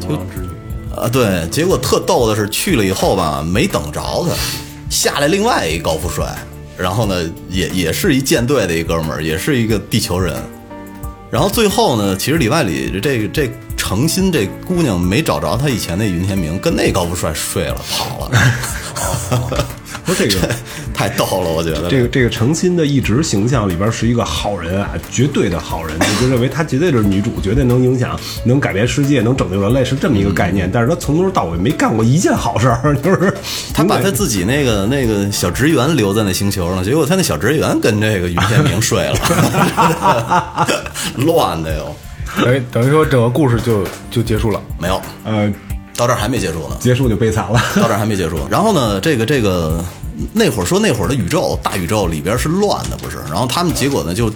[SPEAKER 6] 牛郎织女，
[SPEAKER 4] 啊，对，结果特逗的是去了以后吧，没等着他，下来另外一高富帅，然后呢，也也是一舰队的一哥们儿，也是一个地球人。然后最后呢，其实里外里这这这诚心这姑娘没找着她以前那云天明，跟那高富帅睡了，跑了。
[SPEAKER 7] 不是这个，
[SPEAKER 4] 太逗了，我觉得
[SPEAKER 7] 这个这个程心的一直形象里边是一个好人啊，绝对的好人，就认为她绝对是女主，绝对能影响、能改变世界、能拯救人类，是这么一个概念。但是她从头到尾没干过一件好事儿，就是
[SPEAKER 4] 他把他自己那个那个小职员留在那星球上，结果他那小职员跟这个于天明睡 了， 乱的哟。
[SPEAKER 3] 哎，等于说整个故事就就结束了。
[SPEAKER 4] 没有，
[SPEAKER 7] 呃，
[SPEAKER 4] 到这儿还没结束呢，
[SPEAKER 7] 结束就悲惨了。
[SPEAKER 4] 到这儿还没结束。然后呢，这个这个那会儿说那会儿的宇宙大宇宙里边是乱的，不是？然后他们结果呢就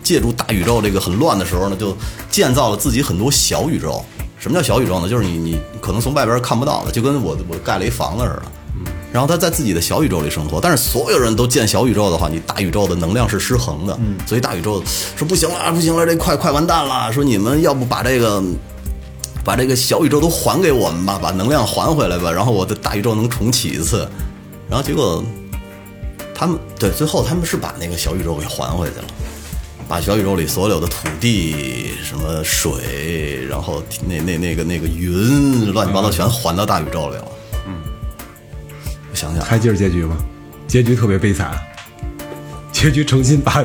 [SPEAKER 4] 借助大宇宙这个很乱的时候呢，就建造了自己很多小宇宙。什么叫小宇宙呢？就是你你可能从外边看不到的，就跟我我盖了一房子似的。嗯然后他在自己的小宇宙里生活，但是所有人都建小宇宙的话，你大宇宙的能量是失衡的，所以大宇宙说不行了，不行了，这快快完蛋了，说你们要不把这个把这个小宇宙都还给我们吧，把能量还回来吧，然后我的大宇宙能重启一次。然后结果他们对最后他们是把那个小宇宙给还回去了。把小宇宙里所有的土地、什么水，然后那那那个那个云，乱七八糟全还到大宇宙里了。我想啊想，
[SPEAKER 7] 还记着结局吗？结局特别悲惨，啊结局诚心把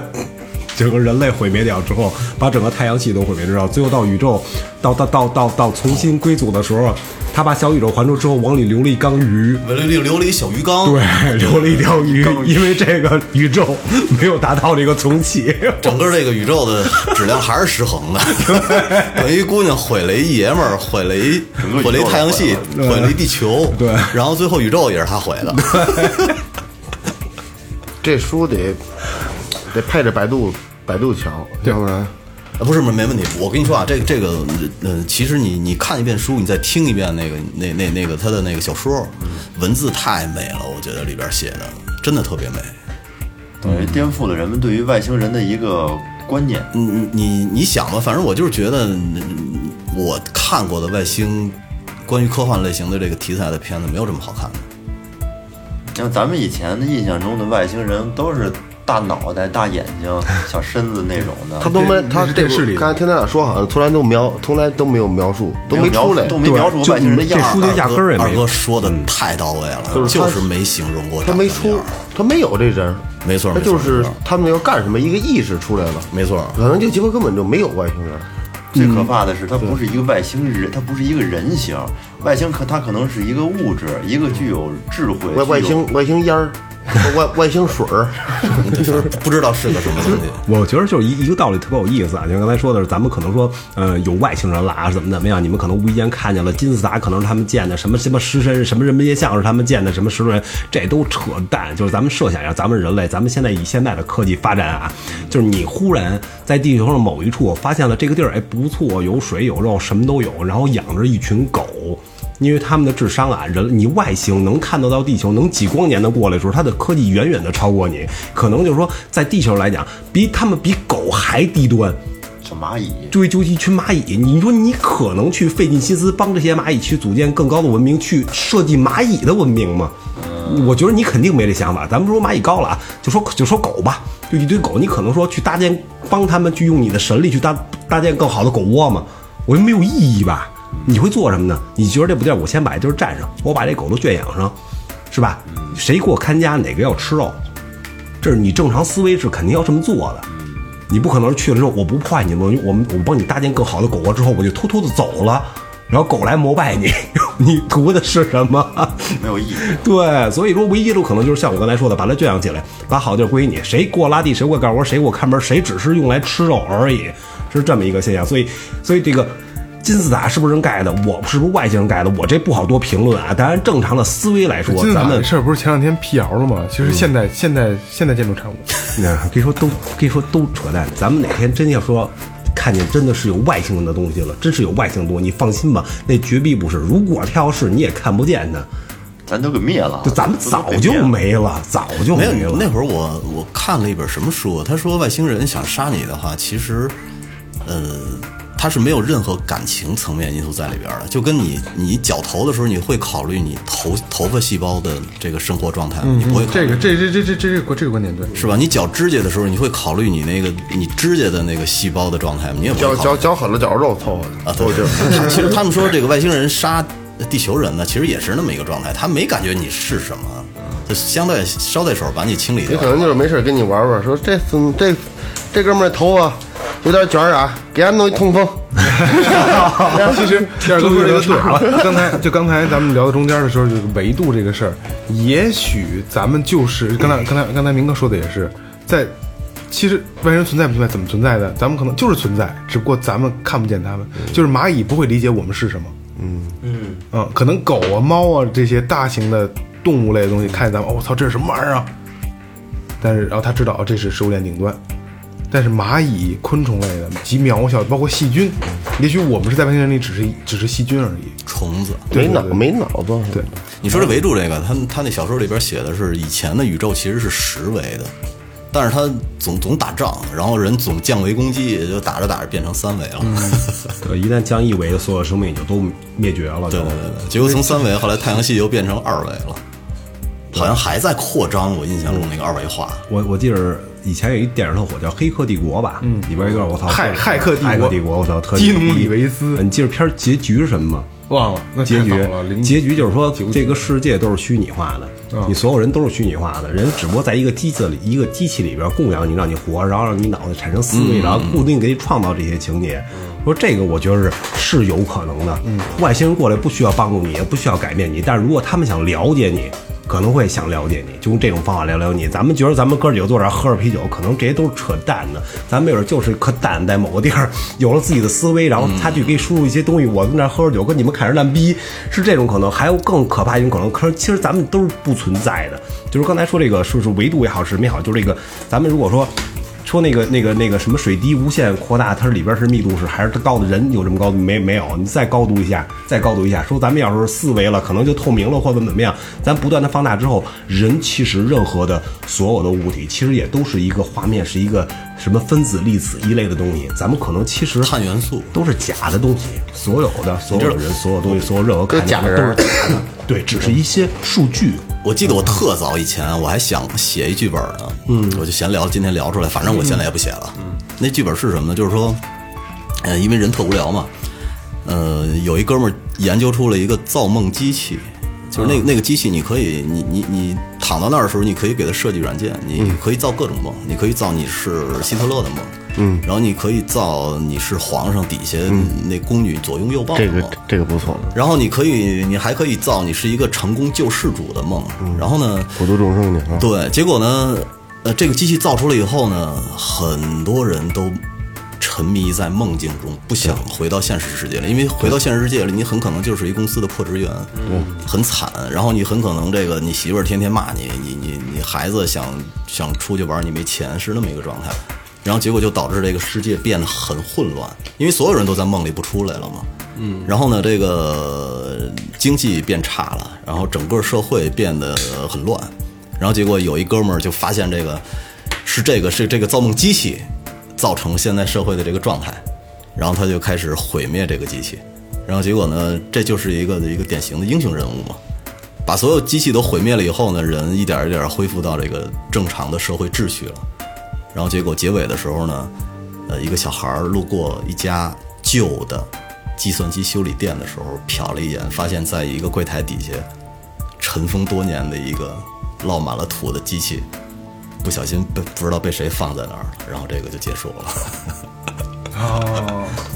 [SPEAKER 7] 整个人类毁灭掉之后，把整个太阳系都毁灭掉，最后到宇宙，到到到到到重新归组的时候，他把小宇宙还出之后，往里留了一缸鱼，
[SPEAKER 4] 留留了一小鱼缸，
[SPEAKER 7] 对，留了一条鱼，因为这个宇宙没有达到这个重启。
[SPEAKER 4] 整个这个宇宙的质量还是失衡的，等于姑娘毁了一爷们儿，毁了一
[SPEAKER 6] 个宇宙
[SPEAKER 4] 毁了一太阳系，
[SPEAKER 7] 了
[SPEAKER 4] 毁了一地球，
[SPEAKER 7] 对
[SPEAKER 4] 然后最后宇宙也是他毁的，
[SPEAKER 5] 这书得得配着百度百度瞧，要不然
[SPEAKER 4] 啊不是没没问题。我跟你说啊，这这个呃，其实你你看一遍书，你再听一遍那个那那那个他的那个小说，文字太美了，我觉得里边写的真的特别美。
[SPEAKER 7] 嗯
[SPEAKER 6] 等于颠覆了人们对于外星人的一个观念。
[SPEAKER 4] 嗯，你你想吧，反正我就是觉得，嗯我看过的外星关于科幻类型的这个题材的片子，没有这么好看的。
[SPEAKER 6] 像咱们以前的印象中的外星人都是大脑袋、大眼睛、小身子那种的，
[SPEAKER 5] 他都没他
[SPEAKER 3] 那是
[SPEAKER 5] 这
[SPEAKER 3] 电视里的
[SPEAKER 5] 刚才听咱俩说，好像从来都描，从来都没有描述，都
[SPEAKER 6] 没有
[SPEAKER 5] 出
[SPEAKER 6] 描
[SPEAKER 5] 来，
[SPEAKER 6] 都没描述外星人的样
[SPEAKER 7] 这书
[SPEAKER 6] 儿。
[SPEAKER 7] 就 压根儿也
[SPEAKER 4] 二
[SPEAKER 7] 没
[SPEAKER 4] 哥
[SPEAKER 7] 有。
[SPEAKER 4] 说的太到位了，
[SPEAKER 5] 就是
[SPEAKER 4] 就
[SPEAKER 5] 他
[SPEAKER 4] 是没形容过
[SPEAKER 5] 他
[SPEAKER 4] 长
[SPEAKER 5] 没
[SPEAKER 4] 什么样
[SPEAKER 5] 出
[SPEAKER 4] 儿，
[SPEAKER 5] 他没有这人，
[SPEAKER 4] 没错
[SPEAKER 5] 他
[SPEAKER 4] 没错
[SPEAKER 5] 就是
[SPEAKER 4] 没错
[SPEAKER 5] 他们要干什么一个意识出来了，
[SPEAKER 4] 没 错。
[SPEAKER 5] 可能这结果根本就没有外星人。
[SPEAKER 6] 最可怕的是，它不是一个外星人，它不是一个人形，外星可它可能是一个物质，一个具有智慧、
[SPEAKER 5] 外外
[SPEAKER 6] 具有
[SPEAKER 5] 星外星烟 儿，外外星水 儿，
[SPEAKER 4] 不知道是个什么 东西。
[SPEAKER 7] 我觉得就是一一个道理特别有意思啊，就像刚才说的，咱们可能说，呃，有外星人来啊，怎么怎么样，你们可能无意间看见了金字塔，可能是他们建的，什么什么狮身，什么人民街像是他们建的，什么石头人，这都扯淡。就是咱们设想一下，咱们人类，咱们现在以现在的科技发展啊，就是你忽然在地球上某一处发现了这个地儿，哎，不错，有水有肉，什么都有，然后养着一群狗。因为他们的智商啊，人你外星能看得到地球，能几光年的过来的时候，它的科技远远的超过你，可能就是说，在地球来讲，比他们比狗还低端。
[SPEAKER 6] 小蚂蚁。
[SPEAKER 7] 追究一群蚂蚁，你说你可能去费尽心思帮这些蚂蚁去组建更高的文明，去设计蚂蚁的文明吗？我觉得你肯定没这想法。咱们不说蚂蚁高了啊，就说就说狗吧，就一堆狗，你可能说去搭建，帮他们去用你的神力去搭搭建更好的狗窝吗？我觉得没有意义吧。你会做什么呢？你觉得这部地儿我先把这地儿占上，我把这狗都圈养上，是吧？谁给我看家，哪个要吃肉？这是你正常思维是肯定要这么做的。你不可能去了之后，我不破坏你的文明，我们我帮你搭建更好的狗窝之后，我就偷偷的走了，然后狗来膜拜你， 你图的是什么？
[SPEAKER 6] 没有意义。
[SPEAKER 7] 对，所以说唯一的路可能就是像我刚才说的，把它圈养起来，把好地儿归你，谁给我拉地，谁给我干活，谁给我看门，谁只是用来吃肉而已，是这么一个现象。所以，所以这个金字塔是不是人盖的？我是不是外星人盖的？我这不好多评论啊。当然，正常的思维来说
[SPEAKER 3] 金，字
[SPEAKER 7] 咱
[SPEAKER 3] 塔
[SPEAKER 7] 们
[SPEAKER 3] 这事儿不是前两天辟谣了吗？其实现代现代现代建筑产物，
[SPEAKER 7] 那可以说都可以说都扯淡。咱们哪天真要说看见真的是有外星人的东西了，真是有外星的东西，你放心吧，那绝逼不是。如果他要是，你也看不见他，
[SPEAKER 6] 咱都给灭了啊，
[SPEAKER 7] 就咱们
[SPEAKER 6] 都
[SPEAKER 7] 早
[SPEAKER 6] 给灭
[SPEAKER 7] 就
[SPEAKER 6] 了
[SPEAKER 7] 没了，早就
[SPEAKER 4] 没
[SPEAKER 7] 没
[SPEAKER 4] 有
[SPEAKER 7] 了。
[SPEAKER 4] 那会儿我我看了一本什么书，他说外星人想杀你的话，其实，呃，它是没有任何感情层面因素在里边的，就跟你你绞头的时候，你会考虑你
[SPEAKER 5] 嗯
[SPEAKER 4] 头头发细胞的这个生活状态吗，你不会考虑
[SPEAKER 3] 这个这这这这这个这个观点对，
[SPEAKER 4] 是吧？你绞指甲的时候，你会考虑你那个你指甲的那个细胞的状态吗？你也不
[SPEAKER 5] 脚
[SPEAKER 4] 会考
[SPEAKER 5] 脚
[SPEAKER 4] 虑
[SPEAKER 5] 脚狠了，脚肉凑合的，
[SPEAKER 4] 啊。对， 对其实他们说这个外星人杀地球人呢，其实也是那么一个状态，他没感觉你是什么，就相对捎带手把你清理
[SPEAKER 5] 也
[SPEAKER 4] 掉
[SPEAKER 5] 可。能就是没事跟你玩玩，说这次这这哥们儿头发有点卷儿啊，给俺弄一通风。
[SPEAKER 3] 其实第二哥说这个啊对了。 刚才就刚才咱们聊到中间的时候，就是维度这个事儿，也许咱们就是刚才刚才刚才明哥说的也是，在其实外星人存在不存在，怎么存在的，咱们可能就是存在，只不过咱们看不见他们，就是蚂蚁不会理解我们是什么。嗯嗯可能狗啊、猫啊这些大型的动物类的东西看见咱们，哦，我操，这是什么玩意儿啊？但是然后他知道哦这是食物链顶端，但是蚂蚁、昆虫类的极渺小，包括细菌，也许我们是在外星人里只是只是细菌而已。
[SPEAKER 4] 虫子，
[SPEAKER 5] 没脑没脑子，
[SPEAKER 3] 对，
[SPEAKER 4] 你说这维度这个，他他那小说里边写的是以前的宇宙其实是十维的，但是他总总打仗，然后人总降维攻击，也就打着打着变成三维了。
[SPEAKER 5] 嗯
[SPEAKER 7] 对，一旦降一维的所有生命也就都灭绝 了，
[SPEAKER 4] 对
[SPEAKER 7] 就
[SPEAKER 4] 对对对，结果从三维后来太阳系又变成二维了，好像还在扩张。我印象中那个二维化，
[SPEAKER 7] 我我记得以前有一电影特火叫《黑客帝国》吧，嗯，里边有一段我操，
[SPEAKER 3] 骇骇客
[SPEAKER 7] 客
[SPEAKER 3] 帝国
[SPEAKER 7] 骇帝国，我操，特
[SPEAKER 3] 基努里维斯
[SPEAKER 7] 你记得片儿结局是什么吗？
[SPEAKER 3] 忘了那
[SPEAKER 7] 结
[SPEAKER 3] 太
[SPEAKER 7] 局
[SPEAKER 3] 早了零，啊
[SPEAKER 7] 结局就是说，这个世界都是虚拟化的，你所有人都是虚拟化的，人只不过在一个机子里、一个机器里边供养你，让你活，然后让你脑子产生思
[SPEAKER 3] 嗯
[SPEAKER 7] 维，然后固定给你创造这些情节。说这个，我觉得是是有可能的。
[SPEAKER 3] 嗯
[SPEAKER 7] 外星人过来不需要帮助你，也不需要改变你，但是如果他们想了解你，可能会想了解你，就用这种方法聊聊你。咱们觉得咱们哥几个坐这儿喝着啤酒，可能这些都是扯淡的。咱们没准就是颗蛋在某个地儿有了自己的思维，然后他去给你输入一些东西。我跟那儿喝着酒，跟你们侃着烂逼，是这种可能。还有更可怕一种可能，可是其实咱们都是不存在的。就是刚才说这个，是是维度也好，是什么也好，就是这个，咱们如果说。说那个那个那个什么水滴无限扩大，它是里边是密度是还是它高的人有这么高度没没有？你再高度一下，再高度一下。说咱们要是四维了，可能就透明了或者怎么样。咱不断的放大之后，人其实任何的所有的物体，其实也都是一个画面，是一个什么分子、粒子一类的东西。咱们可能其实
[SPEAKER 4] 碳元素
[SPEAKER 7] 都是假的东西，所有的所有的人、所有东西、所有任何概念都是假的，对，只是一些数据。
[SPEAKER 4] 我记得我特早以前我还想写一剧本呢，嗯，我就闲聊，今天聊出来，反正我现在也不写了。嗯，那剧本是什么呢？就是说，呃，因为人特无聊嘛，呃，有一哥们儿研究出了一个造梦机器，就是那那个机器，你可以，你你你躺到那儿的时候，你可以给它设计软件，你可以造各种梦，你可以造你是希特勒的梦，嗯，然后你可以造你是皇上底下那宫女左拥右抱的
[SPEAKER 5] 这
[SPEAKER 4] 梦，
[SPEAKER 5] 个这个不错，
[SPEAKER 4] 然后你可以，你还可以造你是一个成功救世主的梦。啊然后呢，
[SPEAKER 5] 普度众生去啊。
[SPEAKER 4] 对，结果呢，呃，这个机器造出来以后呢，很多人都沉迷在梦境中，不想回到现实世界了，因为回到现实世界里，你很可能就是一公司的破职员，很惨。然后你很可能这个你媳妇儿天天骂你，你你你孩子想想出去玩，你没钱，是那么一个状态。然后结果就导致这个世界变得很混乱，因为所有人都在梦里不出来了嘛。嗯，然后呢，这个经济变差了，然后整个社会变得很乱，然后结果有一哥们儿就发现这个是这个是这个造梦机器造成现在社会的这个状态，然后他就开始毁灭这个机器，然后结果呢，这就是一个一个典型的英雄人物嘛。把所有机器都毁灭了以后呢，人一点儿一点儿恢复到这个正常的社会秩序了。然后结果结尾的时候呢，呃，一个小孩儿路过一家旧的计算机修理店的时候，瞟了一眼，发现在一个柜台底下尘封多年的一个落满了土的机器，不小心被不知道被谁放在那儿了，然后这个就结束了，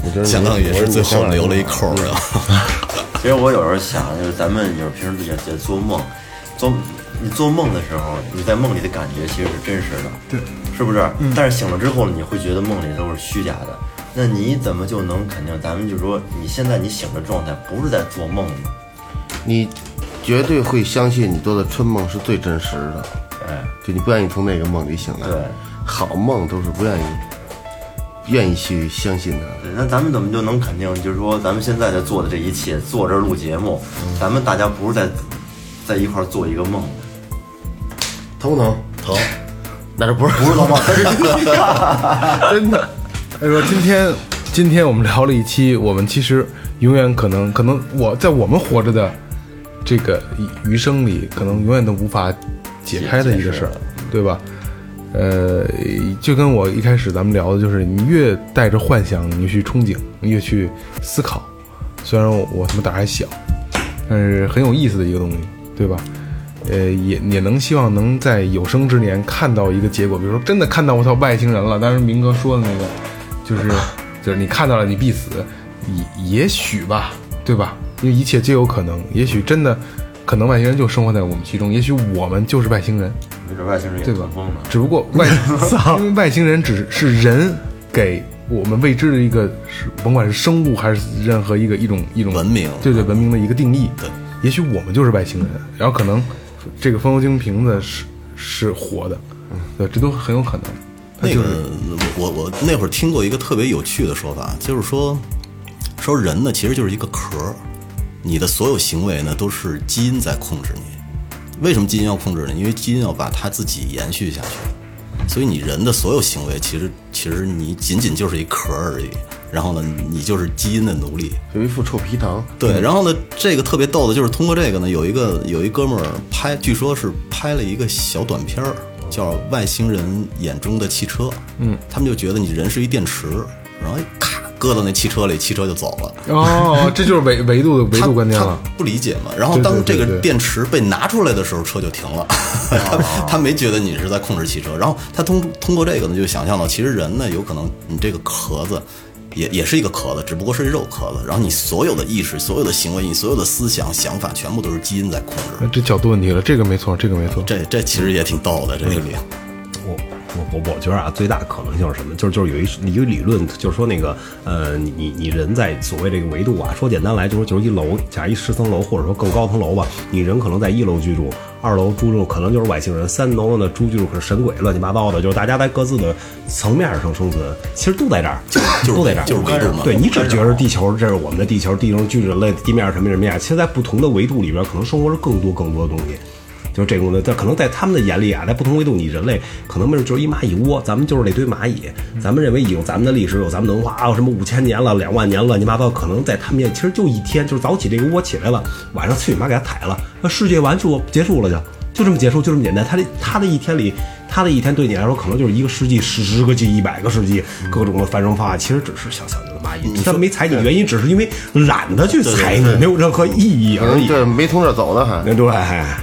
[SPEAKER 5] 你真
[SPEAKER 4] 相当于是最后留了一扣儿，啊然后
[SPEAKER 6] 其实我有时候想，就是咱们有时候平时也也做梦，做你做梦的时候，你在梦里的感觉其实是真实的，对，是不是？但是醒了之后，你会觉得梦里都是虚假的。那你怎么就能肯定？咱们就说你现在你醒的状态不是在做梦呢？
[SPEAKER 5] 你绝对会相信你做的春梦是最真实的，
[SPEAKER 6] 哎，
[SPEAKER 5] 就你不愿意从那个梦里醒来。
[SPEAKER 6] 对，
[SPEAKER 5] 好梦都是不愿意愿意去相信它的。
[SPEAKER 6] 对，那咱们怎么就能肯定？就是说咱们现在在做的这一切，坐这儿录节目，咱们大家不是在在一块儿做一个梦，
[SPEAKER 5] 疼不疼？疼。 那这不是
[SPEAKER 6] 不是做梦，但是
[SPEAKER 3] 真的。哎说今天今今天我们聊了一期，我们其实永远可能可能我在我们活着的这个余生里，可能永远都无法解开的一个事儿，对吧？呃，就跟我一开始咱们聊的，就是你越带着幻想，你越去憧憬，你越去思考。虽然我他妈胆儿还小，但是很有意思的一个东西，对吧？呃，也也能希望能在有生之年看到一个结果，比如说真的看到我操外星人了，当时明哥说的那个，就是就是你看到了你必死，也也许吧，对吧？因为一切皆有可能，也许真的可能外星人就生活在我们其中，也许我们就是外星人，
[SPEAKER 6] 没准外星人也
[SPEAKER 3] 对吧
[SPEAKER 6] 成功了。
[SPEAKER 3] 只不过 外因为外星人只是人给我们未知的一个，是甭管是生物还是任何一个一种一种
[SPEAKER 4] 文明
[SPEAKER 3] 对对文明的一个定义。
[SPEAKER 4] 对，
[SPEAKER 3] 也许我们就是外星人，然后可能这个风油精瓶子是是活的，
[SPEAKER 4] 嗯
[SPEAKER 3] 对，这都很有可能。它
[SPEAKER 4] 那
[SPEAKER 3] 就
[SPEAKER 4] 个
[SPEAKER 3] 是、，
[SPEAKER 4] 我我那会儿听过一个特别有趣的说法，就是说，说人呢其实就是一个壳儿，你的所有行为呢都是基因在控制你。为什么基因要控制呢？因为基因要把它自己延续下去，所以你人的所有行为，其实其实你仅仅就是一壳儿而已。然后呢，你就是基因的奴隶。
[SPEAKER 5] 有一副臭皮囊，
[SPEAKER 4] 对，然后呢，这个特别逗的就是通过这个呢，有一个有一哥们儿拍，据说是拍了一个小短片儿，叫《外星人眼中的汽车》。嗯，他们就觉得你人是一电池，然后咔搁到那汽车里，汽车就走了。
[SPEAKER 3] 哦， 这就是维维度的维
[SPEAKER 4] 他
[SPEAKER 3] 度观念
[SPEAKER 4] 他
[SPEAKER 3] 了。
[SPEAKER 4] 不理解嘛。然后
[SPEAKER 3] 对对
[SPEAKER 4] 当这
[SPEAKER 3] 对哦
[SPEAKER 4] 个
[SPEAKER 3] 对
[SPEAKER 4] 电池被拿出来的时候，车就停了。 他他没觉得你是在控制汽车。然后他通通过这个呢，就想象到其实人呢，有可能你这个壳子。也也是一个壳子，只不过是肉壳子。然后你所有的意识、所有的行为、你所有的思想、想法，全部都是基因在控制
[SPEAKER 3] 那。这角度问题了，这个没错，这个没错。
[SPEAKER 4] 这这其实也挺逗的，这个里。
[SPEAKER 7] 我我我我觉得啊，最大的可能性是什么？就是就是有一一个理论，就是说那个呃，你你你人在所谓这个维度啊，说简单来就是就是一楼，假如一十层楼或者说更高层楼吧，你人可能在一楼居住，二楼居住可能就是外星人，三楼呢住居住可是神鬼，乱七八糟的，就是大家在各自的层面上生存，其实都在这儿，就是都在这儿，
[SPEAKER 4] 就是维度嘛
[SPEAKER 7] 对你只觉得地球这是我们的地球，地球居住人类的地面是什么什么样，其实在不同的维度里边，可能生活着更多更多的东西。就是这个东西，但可能在他们的眼里啊，在不同维度，你人类可能没准就是一蚂蚁窝，咱们就是那堆蚂蚁，咱们认为有咱们的历史，有咱们的文化啊，有什么五千年了、两万年了，乱七八糟，可能在他们眼里其实就一天，就是早起这个窝起来了，晚上去你妈给它抬了，那世界完就结束了就。就这么结束，就这么简单。他的他的一天里，他的一天对你来说可能就是一个世纪、十十个世纪、一百个世纪，各种的繁荣发展，其实只是小小的蚂蚁。他没踩你，原因只是因为懒得去踩你，没有任何意义而
[SPEAKER 5] 嗯
[SPEAKER 7] 已。
[SPEAKER 5] 对，没从这儿走呢还。
[SPEAKER 7] 对对，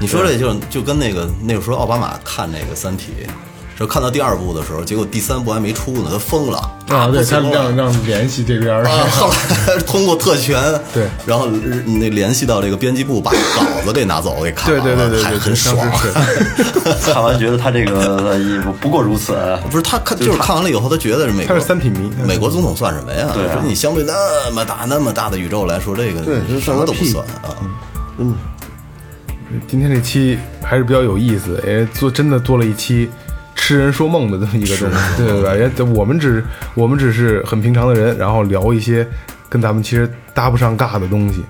[SPEAKER 4] 你说这就就跟那个那个时候奥巴马看那个《三体》，说看到第二部的时候，结果第三部还没出呢，他疯了
[SPEAKER 3] 啊，对，
[SPEAKER 4] 不
[SPEAKER 3] 他
[SPEAKER 4] 行了
[SPEAKER 3] 让让联系这边 儿，
[SPEAKER 4] 啊，后来通过特权，
[SPEAKER 3] 对，
[SPEAKER 4] 然后呃那联系到这个编辑部，把稿子给拿走，给看
[SPEAKER 3] 对
[SPEAKER 4] 完
[SPEAKER 3] 对对
[SPEAKER 4] 了
[SPEAKER 3] 对
[SPEAKER 4] 还
[SPEAKER 3] 对，
[SPEAKER 4] 很爽。
[SPEAKER 3] 当时是。
[SPEAKER 6] 看完觉得他这个也不不过如此， 啊
[SPEAKER 4] 不是他看，就是看完了以后，他觉得美国
[SPEAKER 3] 他是三体迷
[SPEAKER 4] 美国总统算什么呀？
[SPEAKER 6] 对啊
[SPEAKER 4] 说你相对那么大那么大的宇宙来说，这个
[SPEAKER 5] 对这
[SPEAKER 4] 什
[SPEAKER 5] 算
[SPEAKER 4] 么
[SPEAKER 5] 个
[SPEAKER 4] 都不
[SPEAKER 5] 屁
[SPEAKER 4] 算啊。
[SPEAKER 3] 嗯今天这期还是比较有意思，也做真的做了一期痴人说梦的这么一个东西，对对对，也我们只我们只是很平常的人，然后聊一些跟咱们其实搭不上尬的东西，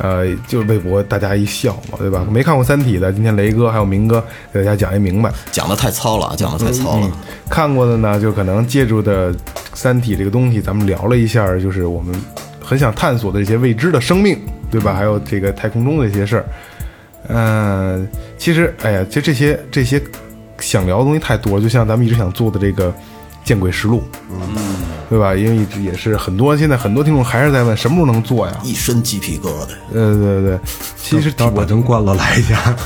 [SPEAKER 3] 呃，就是为博大家一笑嘛，对吧？没看过《三体》的，今天雷哥还有明哥给大家讲一明白。
[SPEAKER 4] 讲的太糙了，啊讲的太糙
[SPEAKER 3] 嗯
[SPEAKER 4] 了。
[SPEAKER 3] 看过的呢，就可能借助的《三体》这个东西，咱们聊了一下，就是我们很想探索的一些未知的生命，对吧？还有这个太空中的一些事儿。嗯、其实，哎呀，其实这些这些想聊的东西太多了，就像咱们一直想做的这个《见鬼实录》，嗯，对吧？因为一直也是很多现在很多听众还是在问什么时候能做呀？
[SPEAKER 4] 一身鸡皮疙瘩，
[SPEAKER 3] 呃，对对，其实挺
[SPEAKER 7] 把灯关了，来一下。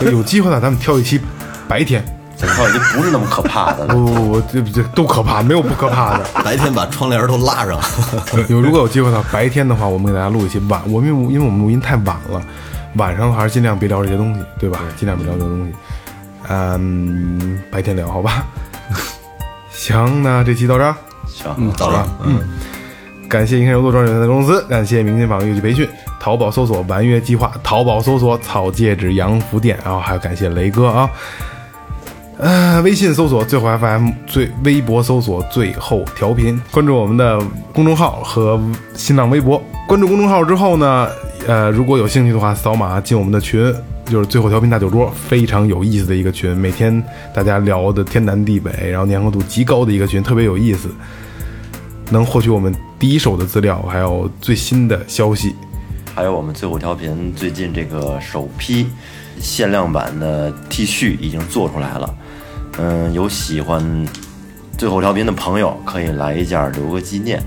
[SPEAKER 3] 有机会呢，咱们挑一期白天，
[SPEAKER 6] 这套已经不是那么可怕的了。
[SPEAKER 3] 不不不，这这都可怕，没有不可怕的。
[SPEAKER 4] 白天把窗帘都拉上，
[SPEAKER 3] 有如果有机会的话，白天的话，我们给大家录一期晚，我们因为我们录音太晚了，晚上还是尽量别聊这些东西，对吧？尽量别聊这些东西，嗯，白天聊好吧。 行，那这期到这儿，
[SPEAKER 6] 行，
[SPEAKER 4] 到了。
[SPEAKER 3] 感谢银山游做装饰有限公司，感谢明天坊乐器培训，淘宝搜索“玩乐计划”，淘宝搜索“草戒指洋服店”，然后还有感谢雷哥啊。呃，微信搜索最后 FM，最微博搜索最后调频，关注我们的公众号和新浪微博。关注公众号之后呢，呃，如果有兴趣的话，扫码进我们的群，就是最后调频大酒桌，非常有意思的一个群，每天大家聊的天南地北，然后粘合度极高的一个群，特别有意思。能获取我们第一手的资料，还有最新的消息。
[SPEAKER 6] 还有我们最后调频最近这个首批限量版的 T 恤已经做出来了，嗯，有喜欢最后调频的朋友可以来一件留个纪念。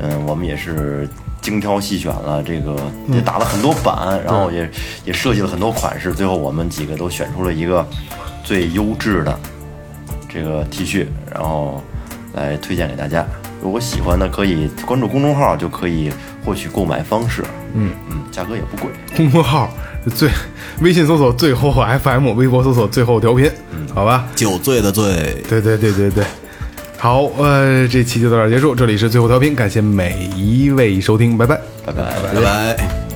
[SPEAKER 6] 嗯，我们也是精挑细选了，这个也打了很多版，然后也也设计了很多款式，最后我们几个都选出了一个最优质的这个 T 恤，然后来推荐给大家。如果喜欢的，可以关注公众号，就可以获取购买方式。嗯嗯，价格也不贵。
[SPEAKER 3] 公众号最 微信搜索最后 FM，微博搜索最后调频，好吧？
[SPEAKER 4] 酒醉的醉，
[SPEAKER 3] 对对对对对。好，呃，这期就到这儿结束。这里是最后调频，感谢每一位收听，拜拜。
[SPEAKER 6] 拜拜。
[SPEAKER 4] 拜拜。